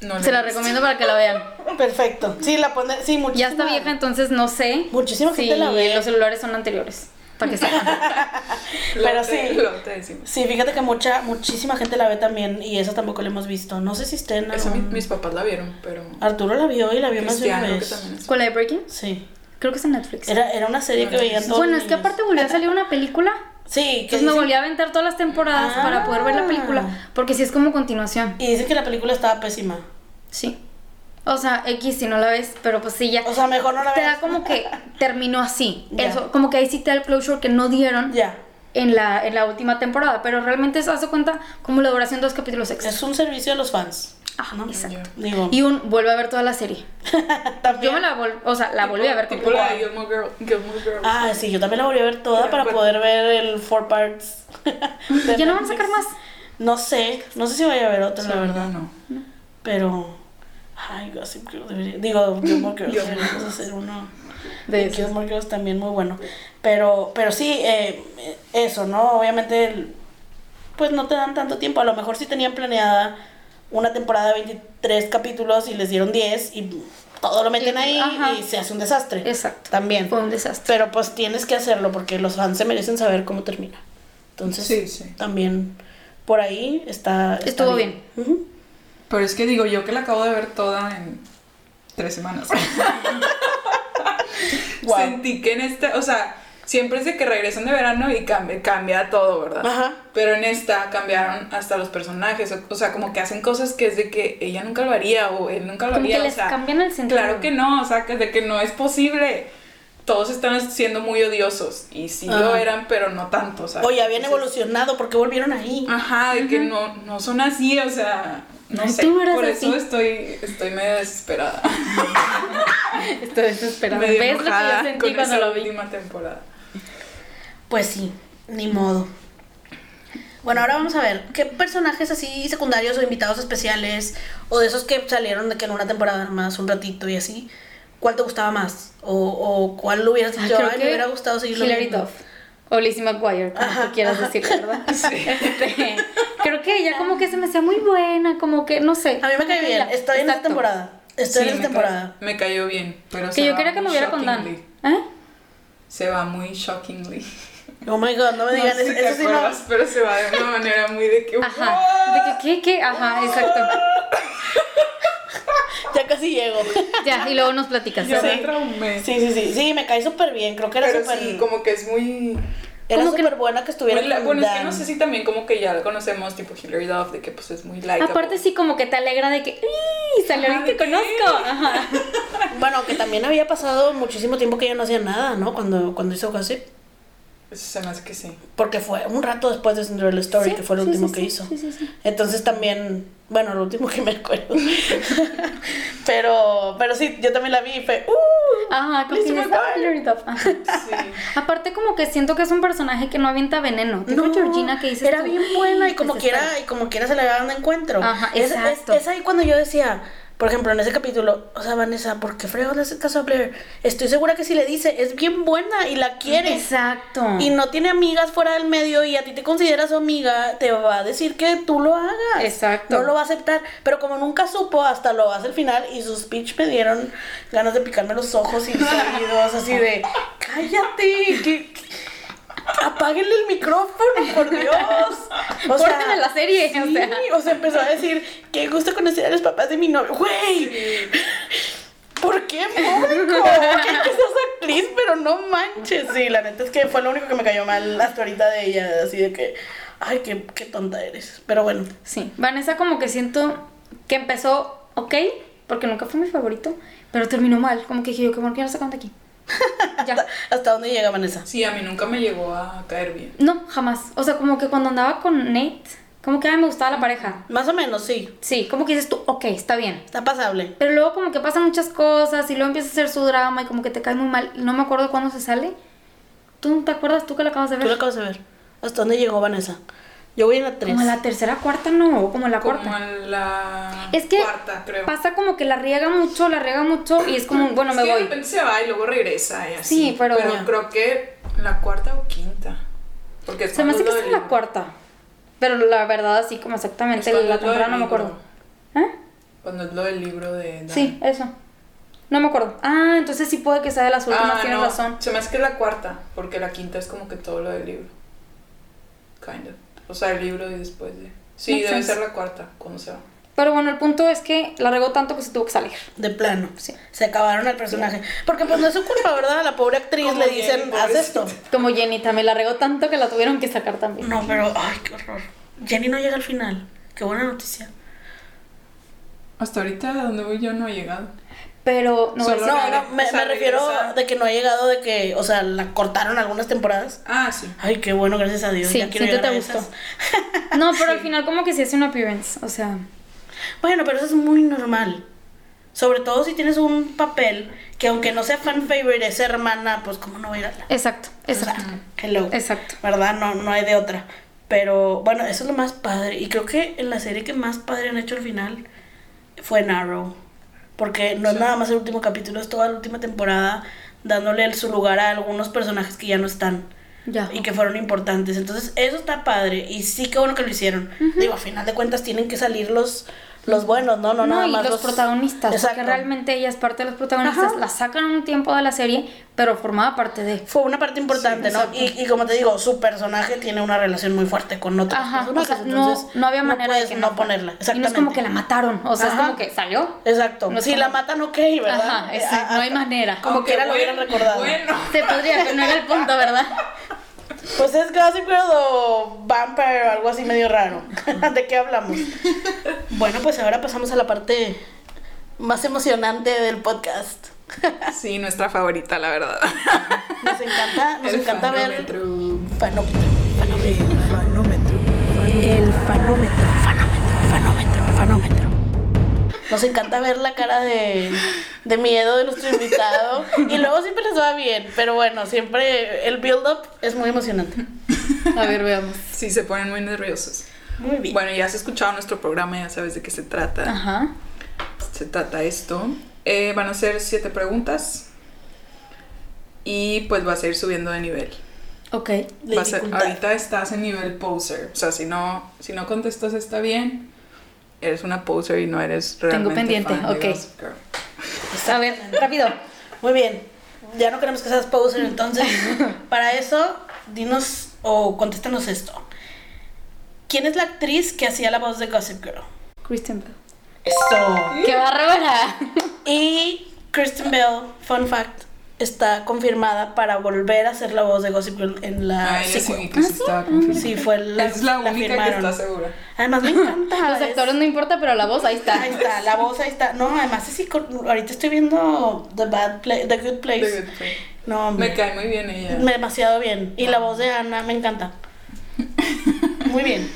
S3: No
S4: Se
S3: la
S4: la
S3: he visto.
S4: recomiendo para que la vean.
S2: Perfecto. Sí, la pone... Sí, muchísima.
S4: Ya está vieja, entonces no sé.
S2: Muchísima
S4: si
S2: gente la ve.
S4: los celulares son anteriores. Para que sepan.
S3: Luego
S2: Pero
S3: te-
S2: sí.
S3: luego te decimos.
S2: Sí, fíjate que mucha, muchísima gente la ve también y esa tampoco la hemos visto. No sé si está en
S3: Esa mi-
S2: algún-
S3: mis papás la vieron, pero.
S2: Arturo la vio y la vio más de una
S3: Cristiano, que
S2: vez.
S3: también es.
S4: ¿Con la de Breaking?
S2: Sí.
S4: Creo que es en Netflix.
S2: Era, era una serie que veían todos
S4: bueno,
S2: los
S4: es que
S2: niños.
S4: aparte volvió a salir una película.
S2: Sí, que
S4: Entonces me
S2: dicen-
S4: volví a aventar todas las temporadas
S2: Ah.
S4: para poder ver la película. Porque si es como continuación.
S2: Y dicen que la película estaba pésima.
S4: Sí. O sea, X si no la ves, pero pues sí, ya.
S2: O sea, mejor no la
S4: te
S2: veas.
S4: da como que terminó así.
S2: Ya.
S4: Eso, como que ahí sí te da el closure que no dieron
S2: Ya.
S4: en la, en la última temporada. Pero realmente se hace cuenta como la duración de dos capítulos extra.
S2: Es un servicio de los fans.
S4: Ajá, exacto.
S2: Digo,
S4: Y un vuelve a ver toda la serie. Yo
S2: también.
S4: me la volví, o sea, la volví a ver
S3: Tipo la de
S4: completa.
S3: Gilmore Girl. Gilmore Girl.
S2: Ah, sí, yo también la volví a ver toda
S3: Ya,
S2: para
S3: bueno.
S2: poder ver el four parts. de
S4: ¿Ya no van
S2: Netflix.
S4: a sacar más?
S2: No sé, no sé si voy a ver otra,
S3: Sí,
S2: la verdad.
S3: No.
S2: Pero. Ay, Gossip Girl debería. Digo, Gilmore Girls.
S3: Gilmore
S2: deberíamos hacer uno.
S4: De
S2: De
S4: esos.
S2: Gilmore Girls también muy bueno. Pero, pero sí, eh, eso, ¿no? Obviamente, el- pues no te dan tanto tiempo. A lo mejor sí tenían planeada una temporada de 23 capítulos y les dieron 10 y todo lo meten
S4: Y-
S2: ahí
S4: ajá.
S2: y se hace un desastre.
S4: Exacto.
S2: También.
S4: Fue un desastre.
S2: Pero pues tienes que hacerlo porque los fans se merecen saber cómo termina. Entonces,
S3: Sí, sí.
S2: también por ahí está. está
S4: Estuvo
S2: Ujú.
S3: Pero es que digo, yo que la acabo de ver toda en tres semanas.
S2: Guau.
S3: Sentí que en esta, o sea, siempre es de que regresan de verano y cambia, cambia todo, ¿verdad?
S2: Ajá.
S3: Pero en esta cambiaron hasta los personajes, o, o sea, como que hacen cosas que es de que ella nunca lo haría o él nunca lo
S4: Como
S3: haría.
S4: que
S3: o
S4: les
S3: sea,
S4: cambian el sentido.
S3: Claro que no, o sea, que de que no es posible. Todos están siendo muy odiosos y sí lo
S2: Ajá.
S3: eran, pero no tanto, o sea.
S2: O ya habían
S3: entonces-
S2: evolucionado, porque volvieron ahí?
S4: Ah.
S3: Ajá, de que no, no son así, o sea, no
S4: Ay,
S3: sé.
S4: tú eras
S3: Por eso
S4: así.
S3: estoy, estoy medio desesperada.
S4: Estoy desesperada.
S3: medio
S4: ¿Ves lo que yo
S3: enojada
S4: sentí
S3: con
S4: cuando
S3: esa
S4: lo vi?
S3: última temporada.
S2: Pues sí, ni modo. Bueno, ahora vamos a ver qué personajes así secundarios o invitados especiales o de esos que salieron de que en una temporada más un ratito y así, ¿cuál te gustaba más? O, o cuál hubieras
S4: Ay,
S2: dicho,
S4: Ah, creo
S2: "Ay,
S4: que
S2: me hubiera gustado seguirlo
S4: Hilary
S2: viendo"?
S4: Duff. O Lizzie McGuire, como
S2: Ajá,
S4: tú quieras
S2: ajá.
S4: decir, ¿verdad? Este, creo que ella como que se me hacía muy buena, como que, no sé.
S2: A mí me cae bien,
S4: Ella-
S2: estoy en esta
S4: exacto.
S2: temporada. Estoy en
S3: Sí,
S2: esta
S3: me ca-
S2: temporada.
S3: Me cayó bien, pero
S4: Que
S3: se
S4: yo
S3: va
S4: quería que
S3: muy
S4: lo viera con Dan.
S3: shockingly.
S4: ¿Eh?
S3: Se va muy shockingly.
S2: Oh my god, no me digan
S3: no sé
S2: eso.
S3: si te
S2: eso sí no-
S3: acuerdas, pero se va de una manera muy de que...
S4: Ajá. De que, ¿qué, qué? Ajá, exacto.
S2: Ya casi llego.
S4: Ya, y luego nos platicas.
S3: Yo me
S2: Sí.
S3: traumé.
S2: Sí, sí, sí. Sí, me cae súper bien. Creo que era
S3: pero
S2: súper.
S3: sí, como que es muy...
S2: Era
S4: como que-
S2: súper buena que estuviera.
S3: muy la-
S2: con
S3: bueno, es que
S2: Dan.
S3: no sé si también como que ya la conocemos, tipo Hilary Duff, de que pues es muy like.
S4: Aparte sí como que te alegra de que ¡Ih! salió
S3: Ajá,
S4: alguien que
S3: de que,
S4: conozco. Ajá.
S2: Bueno, que también había pasado muchísimo tiempo que ella no hacía nada, ¿no? Cuando, cuando hizo Gossip.
S3: Se me hace que sí.
S2: Porque fue un rato después de Cinderella Story,
S4: Sí,
S2: que fue lo
S4: sí,
S2: último
S4: sí,
S2: que
S4: sí,
S2: hizo.
S4: sí, sí, sí.
S2: Entonces también, bueno, lo último que me acuerdo. pero, pero sí, yo también la vi y fue, ¡uh!
S4: Ajá, como
S2: Lizzie
S4: que dices, "Ah,
S2: McGuire".
S4: Hilary Duff. Ajá.
S3: Sí.
S4: Aparte como que siento que es un personaje que no avienta veneno. Tipo Georgina que dice
S2: Era bien buena y como
S4: quiera
S2: quiera, y como quiera se le daban de encuentro.
S4: Ajá,
S2: es, es-
S4: exacto.
S2: es ahí cuando yo decía, por ejemplo, en ese capítulo, o sea, Vanessa, ¿por qué fregos le haces caso a Blair? Estoy segura que si le dice, es bien buena y la quiere.
S4: Exacto.
S2: y no tiene amigas fuera del medio y a ti te consideras su amiga, te va a decir que tú lo hagas.
S4: Exacto.
S2: No lo va a aceptar. Pero como nunca supo, hasta lo hace al final y sus speech me dieron ganas de picarme los ojos y los oídos, así de, cállate. que- apáguenle el micrófono, por Dios. O sea,
S4: Córtenle la serie, o
S2: sí,
S4: sea.
S2: o sea, empezó a decir, qué gusto conocer a los papás de mi novio. Güey, ¿por qué público? ¿Qué que seas actriz? Pero no manches. Sí, la neta es que fue lo único que me cayó mal hasta ahorita de ella. Así de que, ay, qué, qué tonta eres. Pero bueno,
S4: Sí, Vanessa como que siento que empezó ok, porque nunca fue mi favorito, pero terminó mal. Como que dije yo, que bueno, que ya la sacaron de aquí. Ya.
S2: ¿hasta dónde llega Vanessa?
S3: Sí, a mí nunca me llegó a caer bien.
S4: No, jamás. O sea, como que cuando andaba con Nate, como que ay, me gustaba la pareja.
S2: Más o menos, sí.
S4: Sí, como que dices tú, ok, está bien.
S2: Está pasable.
S4: Pero luego como que pasan muchas cosas y luego empieza a hacer su drama y como que te cae muy mal. No me acuerdo cuándo se sale. ¿Tú no te acuerdas tú que la acabas de
S2: Tú lo
S4: ver?
S2: acabas de ver. ¿Hasta dónde llegó Vanessa? Yo voy en la 3.
S4: Como la tercera, cuarta, no, como la cuarta.
S3: Como en la
S4: Es que
S3: cuarta, creo.
S4: pasa como que la riega mucho, la riega mucho y es como, bueno,
S3: Es
S4: me
S3: que
S4: voy.
S3: De repente se va y luego regresa y así.
S4: Sí, pero ya.
S3: creo que la cuarta o quinta. Porque es
S4: Se me hace que
S3: cuando
S4: está
S3: lo
S4: en la
S3: del-
S4: cuarta. Pero la verdad, así como
S3: es
S4: exactamente
S3: cuando
S4: la
S3: es lo del
S4: temporada no me
S3: libro,
S4: acuerdo. ¿Eh?
S3: Cuando es lo del libro de. Dan.
S4: Sí, eso. No me acuerdo. Ah, entonces sí puede que sea de las últimas,
S3: Ah,
S4: tienes
S3: no,
S4: razón.
S3: Se me hace que es la cuarta, porque la quinta es como que todo lo del libro. Kind of. O sea, el libro y después de. Sí,
S4: Makes
S3: debe
S4: sense.
S3: ser la cuarta, cuando se va.
S4: Pero bueno, el punto es que la regó tanto que se tuvo que salir.
S2: De plano.
S4: Sí.
S2: Se acabaron al personaje. Porque pues no es su culpa, ¿verdad? A la pobre actriz
S3: Como
S2: le dicen,
S3: Jenny,
S2: haz esto.
S4: Como Jenny también la regó tanto que la tuvieron que sacar también.
S2: No, pero, ay, qué horror. Jenny no llega al final. Qué buena noticia.
S3: Hasta ahorita, donde voy yo no he llegado.
S4: Pero no
S3: Solo
S4: es-
S2: No,
S3: Claro,
S2: no, me,
S4: pues,
S3: o sea,
S2: me refiero
S3: regresa.
S2: de que no ha llegado, de que, o sea, la cortaron algunas temporadas.
S3: Ah, sí.
S2: Ay, qué bueno, gracias a Dios.
S4: Sí,
S2: ya quiero
S4: siento
S2: llegar
S4: te
S2: a
S4: gustó.
S2: esas.
S4: No, pero al final como que sí hace una appearance. O sea,
S2: Bueno, pero eso es muy normal. Sobre todo si tienes un papel que aunque no sea fan favorite, es hermana, pues cómo no va a ir a la...
S4: exacto, exacto.
S2: Hello.
S4: Exacto.
S2: ¿Verdad? No, no hay de otra. Pero bueno, eso es lo más padre. Y creo que en la serie que más padre han hecho al final fue en Arrow. Porque no es nada más el último capítulo, es toda la última temporada dándole el- su lugar a algunos personajes que ya no están
S4: Ya.
S2: y que fueron importantes. Entonces, eso está padre. Y sí, qué bueno que lo hicieron. Digo, a final de cuentas tienen que salir los, los buenos, ¿no? No,
S4: No,
S2: nada
S4: y
S2: más
S4: los, protagonistas,
S2: Exacto.
S4: porque realmente ella es parte de los protagonistas,
S2: Ajá.
S4: la sacan un tiempo de la serie, pero formaba parte de...
S2: Fue una parte importante,
S4: Sí,
S2: ¿no?
S4: exacto.
S2: Y, y como te digo, su personaje tiene una relación muy fuerte con otras
S4: Ajá, o
S2: personajes.
S4: sea, no,
S2: entonces,
S4: no había manera
S2: puedes
S4: de que
S2: no,
S4: fuera.
S2: ponerla.
S4: Y no es como
S2: Exactamente.
S4: que la mataron, o sea,
S2: Ajá.
S4: es como que salió.
S2: Exacto.
S4: no es
S2: si
S4: como-
S2: la matan, ok, ¿verdad?
S4: Ajá, ese-
S2: Ah,
S4: no hay manera.
S2: Como
S3: Aunque
S2: quiera lo
S3: bueno,
S2: hubieran recordado.
S3: Bueno.
S4: Se podría, pero no era el punto, ¿verdad?
S2: Pues es Gossip Girl o Vampire o algo así medio raro. ¿De qué hablamos? bueno, pues ahora pasamos a la parte más emocionante del podcast.
S3: Sí, nuestra favorita, la verdad.
S2: Nos encanta, nos
S3: El
S2: encanta ver
S3: fanómetro.
S2: fanómetro, fanómetro, el fanómetro, fanómetro, fanómetro, fanómetro. Nos encanta ver la cara de, de miedo de nuestro invitado y luego siempre les va bien, pero bueno, siempre el build up es muy emocionante.
S4: A ver, veamos.
S3: Sí, se ponen muy nerviosos.
S2: Muy bien.
S3: Bueno, ya has escuchado nuestro programa, ya sabes de qué se trata.
S4: Ajá.
S2: Ah.
S3: Se trata esto. Eh, van a ser siete preguntas. Y pues vas a ir subiendo de nivel.
S4: Ok.
S2: De
S3: Vas a-
S2: dificultad.
S3: ahorita estás en nivel poser. O sea, si no, si no contestas está bien, eres una poser y no eres realmente
S4: pendiente,
S3: fan de
S4: ok.
S3: Gossip Girl.
S4: A ver, rápido.
S2: Muy bien. Ya no queremos que seas poser, entonces para eso dinos o contéstanos esto. ¿Quién es la actriz que hacía la voz de Gossip Girl?
S4: Kristen Bell.
S2: Eso.
S4: ¡Qué bárbara!
S2: Y Kristen Bell, fun fact, está confirmada para volver a ser la voz de Gossip Girl en la
S3: Ah, ella sí vi
S2: sequel.
S3: que sí estaba confirmada.
S2: Sí, fue la,
S3: es la única que
S2: firmaron.
S3: está segura.
S2: Además me encanta.
S4: Los
S2: es-
S4: actores no importa, pero la voz ahí está.
S2: Ahí está, la voz ahí está. No, además es icon- ahorita estoy viendo The Bad Pla- The Good Place.
S3: The Good Place.
S2: No,
S3: Me
S2: hombre,
S3: cae muy bien ella.
S2: me- demasiado bien. Y la voz de Ana me encanta. Muy bien.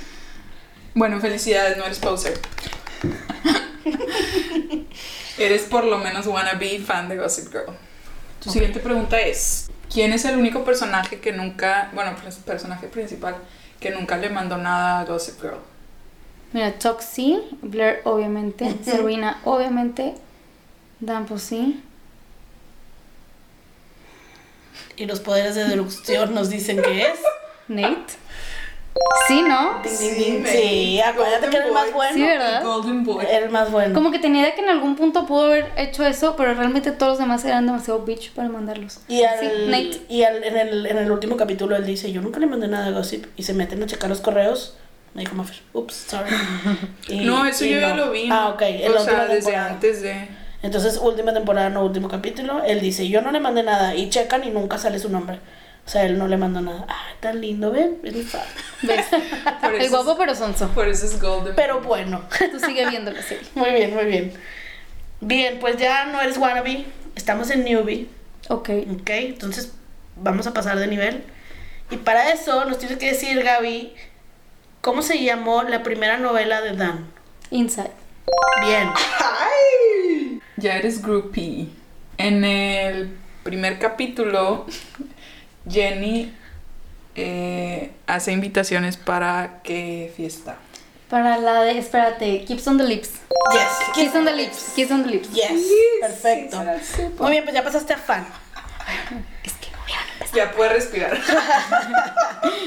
S3: Bueno, felicidades, no eres poser. eres por lo menos wannabe fan de Gossip Girl. Tu siguiente pregunta es, ¿quién es el único personaje que nunca, bueno, pers- personaje principal, que nunca le mandó nada a Gossip Girl?
S4: Mira, Chuck sí, Blair obviamente, Serena obviamente, Dan pues sí.
S2: Y los poderes de deducción nos dicen que es
S4: Nate. Sí, ¿no?
S2: Ding,
S3: Sí,
S2: ding, ding.
S3: me-
S2: Sí, acuérdate
S3: Golden
S2: que era el más
S3: Boy.
S2: bueno.
S4: Sí,
S2: Era
S4: ¿verdad?
S3: Golden Boy.
S2: el más bueno.
S4: Como que tenía idea que en algún punto pudo haber hecho eso, pero realmente todos los demás eran demasiado bitch para mandarlos.
S2: Y, al,
S4: Sí, Nate.
S2: y al- en, el, en el último capítulo él dice, yo nunca le mandé nada de gossip. Y se meten a checar los correos. Me dijo Maffer, ups, sorry. Y-
S3: No, eso
S2: y
S3: yo ya
S2: no.
S3: lo vi. ¿no?
S2: Ah, ok. en la
S3: O sea,
S2: última
S3: desde
S2: temporada.
S3: antes de.
S2: Entonces, última temporada, no último capítulo. Él dice, yo no le mandé nada. Y checan y nunca sale su nombre. O sea, él no le mandó nada. Ah, tan lindo, ven, es mi fan.
S4: ¿Ves?
S3: Por
S4: El
S3: eso
S4: guapo pero sonso.
S3: es- Por eso es Golden
S2: Pero bueno.
S4: Tú sigue viendo la serie.
S2: Muy bien, muy bien. Bien, pues ya no eres wannabe. Estamos en newbie.
S4: Ok.
S2: Ok, entonces vamos a pasar de nivel. Y para eso nos tiene que decir Gaby cómo se llamó la primera novela de Dan.
S4: Inside.
S2: Bien.
S3: ¡Ay! Ya eres groupie. En el primer capítulo, Jenny eh, hace invitaciones para que fiesta.
S4: Para la de, espérate, Keeps on the Lips.
S2: Yes.
S4: Kiss on the Lips, Kiss on the Lips.
S2: Yes. Perfecto. Muy bien, pues ya pasaste a fan.
S4: Es que no hubiera empezado.
S3: Ya puedes respirar.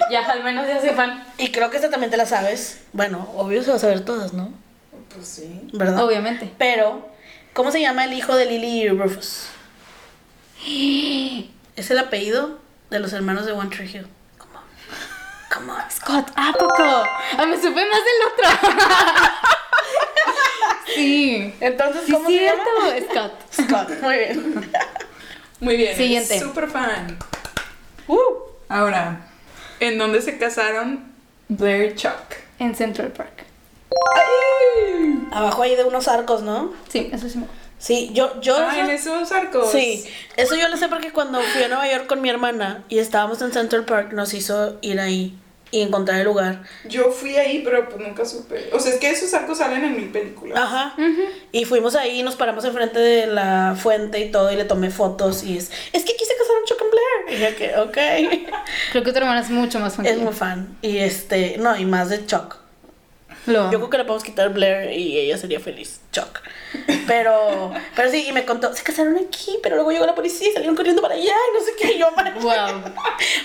S4: Ya, al menos ya se van.
S2: Y creo que esta también te la sabes. Bueno, obvio se va a saber todas, ¿no?
S3: Pues sí.
S2: ¿Verdad?
S4: Obviamente.
S2: Pero, ¿cómo se llama el hijo de Lily y Rufus? Es el apellido de los hermanos de One Tree Hill. ¿Cómo? ¿Cómo?
S4: Scott, ¿a poco? Ah, me supe más del otro. sí.
S2: Entonces,
S4: Sí,
S2: ¿cómo se
S4: cierto,
S2: llama?
S4: Scott.
S2: Scott, muy bien.
S3: Muy bien.
S4: Siguiente.
S3: Super fan.
S2: Uh,
S3: Ahora, ¿en dónde se casaron Blair y Chuck?
S4: En Central Park.
S3: ¡Ay!
S2: abajo ahí de unos arcos, ¿no?
S4: Sí, eso sí me
S2: Sí, yo, yo.
S3: Ah, en
S2: eso-
S3: esos arcos.
S2: sí, eso yo lo sé porque cuando fui a Nueva York con mi hermana y estábamos en Central Park, nos hizo ir ahí y encontrar el lugar.
S3: Yo fui ahí, pero pues nunca supe. O sea, es que esos arcos salen en mi película.
S2: Ajá. Y fuimos ahí y nos paramos enfrente de la fuente y todo y le tomé fotos y es, es que quise casar a un Chuck and Blair. Y yo que, ok.
S4: Creo que tu hermana es mucho más fan. que
S2: es
S4: yo.
S2: muy fan. Y este, no, y más de Chuck.
S4: Lo amo.
S2: Yo creo que le podemos quitar Blair y ella sería feliz. Chuck. Pero, pero sí, y me contó, se casaron aquí, pero luego llegó la policía y salieron corriendo para allá y no sé qué. y yo, madre.
S4: Wow.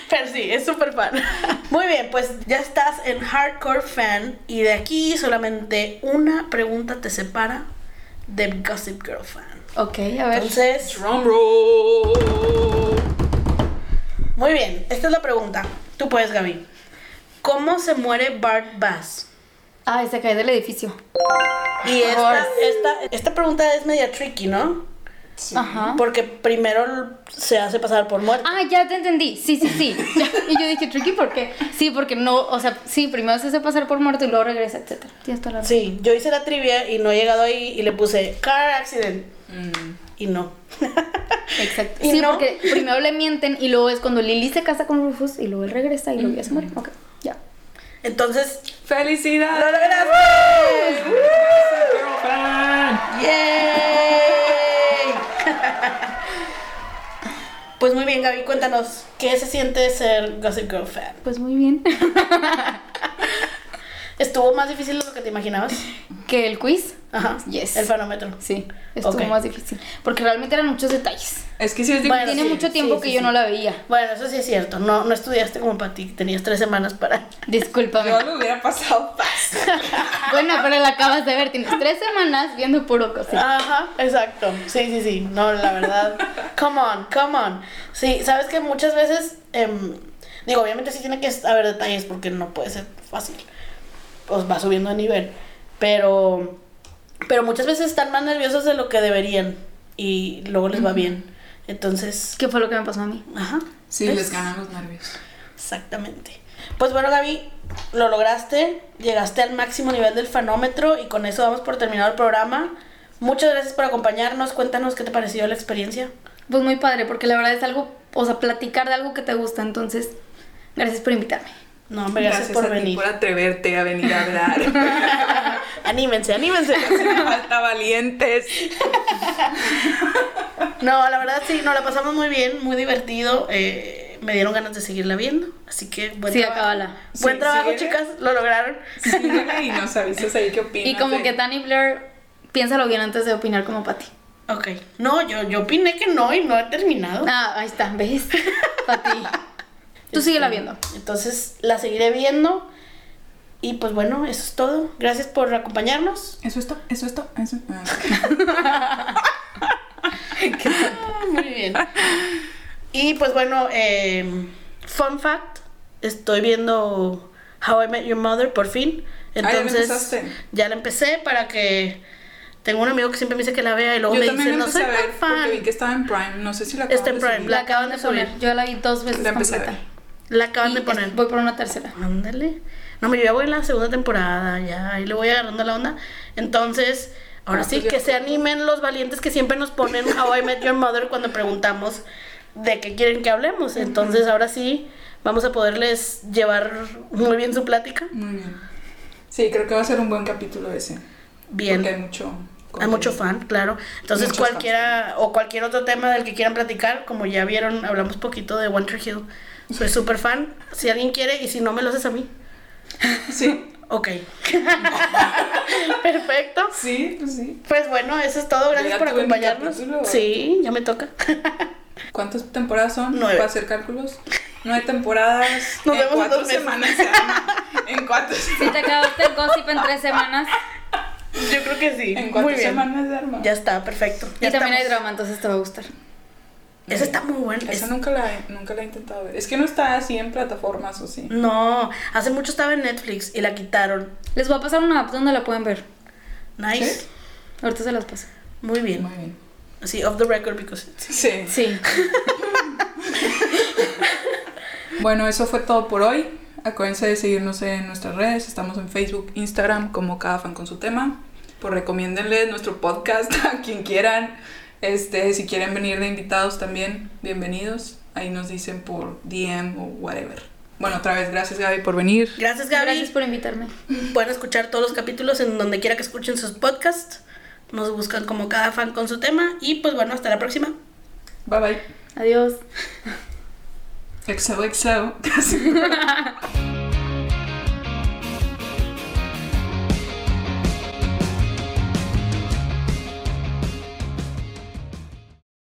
S2: Pero sí, es súper fan. Muy bien, pues ya estás en Hardcore Fan y de aquí solamente una pregunta te separa de Gossip Girl Fan.
S4: Ok, a ver.
S2: Entonces,
S3: Drum roll.
S2: muy bien, esta es la pregunta. Tú puedes, Gaby. ¿Cómo se muere Bart Bass?
S4: Ah, se cae del edificio.
S2: Y esta, esta, esta pregunta es media tricky, ¿no?
S3: Sí.
S4: Ajá.
S2: Porque primero se hace pasar por muerto.
S4: Ah, ya te entendí. Sí, sí, sí. Ya. Y yo dije, tricky, ¿por qué? Sí, porque no, o sea, sí, primero se hace pasar por muerto y luego regresa, etc. Tienes toda la razón.
S2: Sí, yo hice la trivia y no he llegado ahí y le puse car accident
S3: Mm.
S2: y no.
S4: Exacto.
S2: ¿Y
S4: Sí,
S2: no?
S4: porque primero le mienten y luego es cuando Lily se casa con Rufus y luego él regresa y luego ya se muere. Ok, ya.
S2: Entonces,
S3: ¡Felicidades!
S2: ¡lo lograste!
S3: Super fan.
S2: ¡Yay! Pues muy bien, Gaby, cuéntanos, ¿qué se siente ser Gossip Girl fan?
S4: Pues muy bien.
S2: ¿Estuvo más difícil de lo que te imaginabas?
S4: ¿Que el quiz?
S2: Ajá.
S4: Yes.
S2: El fenómeno.
S4: Sí, estuvo
S2: Ok.
S4: más difícil. Porque realmente eran muchos detalles.
S3: Es que sí es
S2: Bueno,
S4: Tiene
S2: sí,
S4: mucho tiempo
S2: sí,
S4: que
S2: sí,
S4: yo
S2: sí.
S4: no la veía.
S2: Bueno, eso sí es cierto. No, no estudiaste como para ti, tenías tres semanas para.
S4: Discúlpame.
S3: Yo lo hubiera pasado fácil.
S4: Bueno, pero la acabas de ver. Tienes tres semanas viendo puro cosas.
S2: Ajá, exacto. Sí, sí, sí. No, la verdad. Come on, come on. Sí, sabes que muchas veces. em, digo, obviamente sí tiene que haber detalles porque no puede ser fácil. Pues va subiendo de nivel. Pero. Pero muchas veces están más nerviosos de lo que deberían. Y luego les va bien. Entonces.
S4: ¿Qué fue lo que me pasó a mí?
S2: Ajá.
S3: Sí,
S2: ¿ves?
S3: les ganan los nervios.
S2: Exactamente. Pues bueno, Gaby, lo lograste, llegaste al máximo nivel del fanómetro y con eso damos por terminado el programa. Muchas gracias por acompañarnos. Cuéntanos qué te pareció la experiencia.
S4: Pues muy padre, porque la verdad es algo, o sea, platicar de algo que te gusta. Entonces, gracias por invitarme.
S2: No, hombre, gracias, por
S3: a ti
S2: venir.
S3: por atreverte a venir a hablar.
S2: Anímense, anímense.
S3: Me falta valientes.
S2: No, la verdad sí, nos la pasamos muy bien, muy divertido. eh, me dieron ganas de seguirla viendo, así que buen
S4: Sí,
S2: trabajo.
S4: acábala.
S2: Buen
S3: Sí,
S2: trabajo,
S3: síguele.
S2: chicas, lo lograron.
S3: Sígueme y nos avisas ahí qué opinas.
S4: Y como
S3: de-
S4: que Danny Blair, piénsalo bien antes de opinar como Patty.
S2: Ok. No, yo, yo opiné que no y no he terminado.
S4: Ah, ahí está, ¿ves? Patty. Tú síguela
S2: Este,
S4: viendo.
S2: Entonces la seguiré viendo. Y pues bueno, eso es todo. Gracias por acompañarnos.
S3: Eso esto, eso esto, eso. Ah,
S2: Ah, Muy bien. Y pues bueno, em, fun fact, estoy viendo How I Met Your Mother por fin.
S3: Ah, ya la
S2: Entonces
S3: empezaste.
S2: ya la empecé para que tengo un amigo que siempre me dice que la vea y luego
S3: Yo
S2: me
S3: también
S2: dice,
S3: la
S2: no
S3: empecé
S2: soy
S3: a ver
S2: tan fan.
S3: porque vi que estaba en Prime. No sé si la
S2: Está en
S3: acaban de
S2: Prime,
S3: subir.
S2: la acaban de subir.
S4: Yo la vi dos veces
S3: La empecé a
S4: completa.
S2: La acaban
S4: Y
S2: de poner.
S4: es- Voy por una tercera.
S2: Ándale. No, yo ya voy en la segunda temporada, ya, ahí le voy agarrando la onda. Entonces, ahora
S3: Ah,
S2: sí,
S3: pues ya.
S2: que se animen los valientes que siempre nos ponen How I Met Your Mother cuando preguntamos de qué quieren que hablemos. Entonces, ahora sí, vamos a poderles llevar muy bien su plática.
S3: Muy bien. Sí, creo que va a ser un buen capítulo ese.
S2: Bien.
S3: Porque hay mucho.
S2: Hay mucho fan, claro. Entonces,
S3: Muchos
S2: cualquiera o cualquier otro tema del que quieran platicar, como ya vieron, hablamos poquito de One Tree Hill. Soy súper fan. Si alguien quiere y si no, me lo haces a mí.
S3: Sí,
S2: Ok. Perfecto.
S3: sí, pues sí.
S2: Pues bueno, eso es todo. Gracias
S3: Ya
S2: por
S3: tuve mi
S2: acompañarnos.
S3: capítulo.
S2: Sí, ya me toca.
S3: ¿Cuántas temporadas son?
S2: Nueve.
S3: Para hacer cálculos. Nueve temporadas.
S2: Nos
S3: en
S2: vemos en
S3: cuatro
S2: dos meses.
S3: semanas. se arma. en cuatro,
S4: Si te acabaste el gossip en tres semanas
S2: Yo creo que sí.
S3: en
S2: Muy
S3: cuatro
S2: bien.
S3: semanas de arma.
S2: Ya está, perfecto.
S4: y
S2: Ya
S4: también hay
S2: estamos.
S4: drama, entonces te va a gustar.
S2: Esa está muy buena.
S3: Esa
S2: Es-
S3: nunca la, he- nunca la he intentado ver. Es que no está así en plataformas o sí.
S2: No, hace mucho estaba en Netflix y la quitaron.
S4: Les voy a pasar una app donde la pueden ver.
S2: Nice.
S3: ¿Sí?
S4: Ahorita se las paso.
S2: Muy bien.
S3: Muy bien.
S2: Así, off the record, because.
S3: Sí.
S4: Sí.
S3: Bueno, eso fue todo por hoy. Acuérdense de seguirnos en nuestras redes. Estamos en Facebook, Instagram, como cada fan con su tema. Pues recomiéndenle nuestro podcast a quien quieran. Este, si quieren venir de invitados también, bienvenidos. Ahí nos dicen por DM o whatever. Bueno, otra vez, gracias Gaby por venir.
S2: Gracias, Gaby.
S4: Gracias por invitarme.
S2: Pueden escuchar todos los capítulos en donde quiera que escuchen sus podcasts. Nos buscan como cada fan con su tema. Y pues bueno, hasta la próxima.
S3: Bye bye.
S4: Adiós.
S3: XOXO. Casi.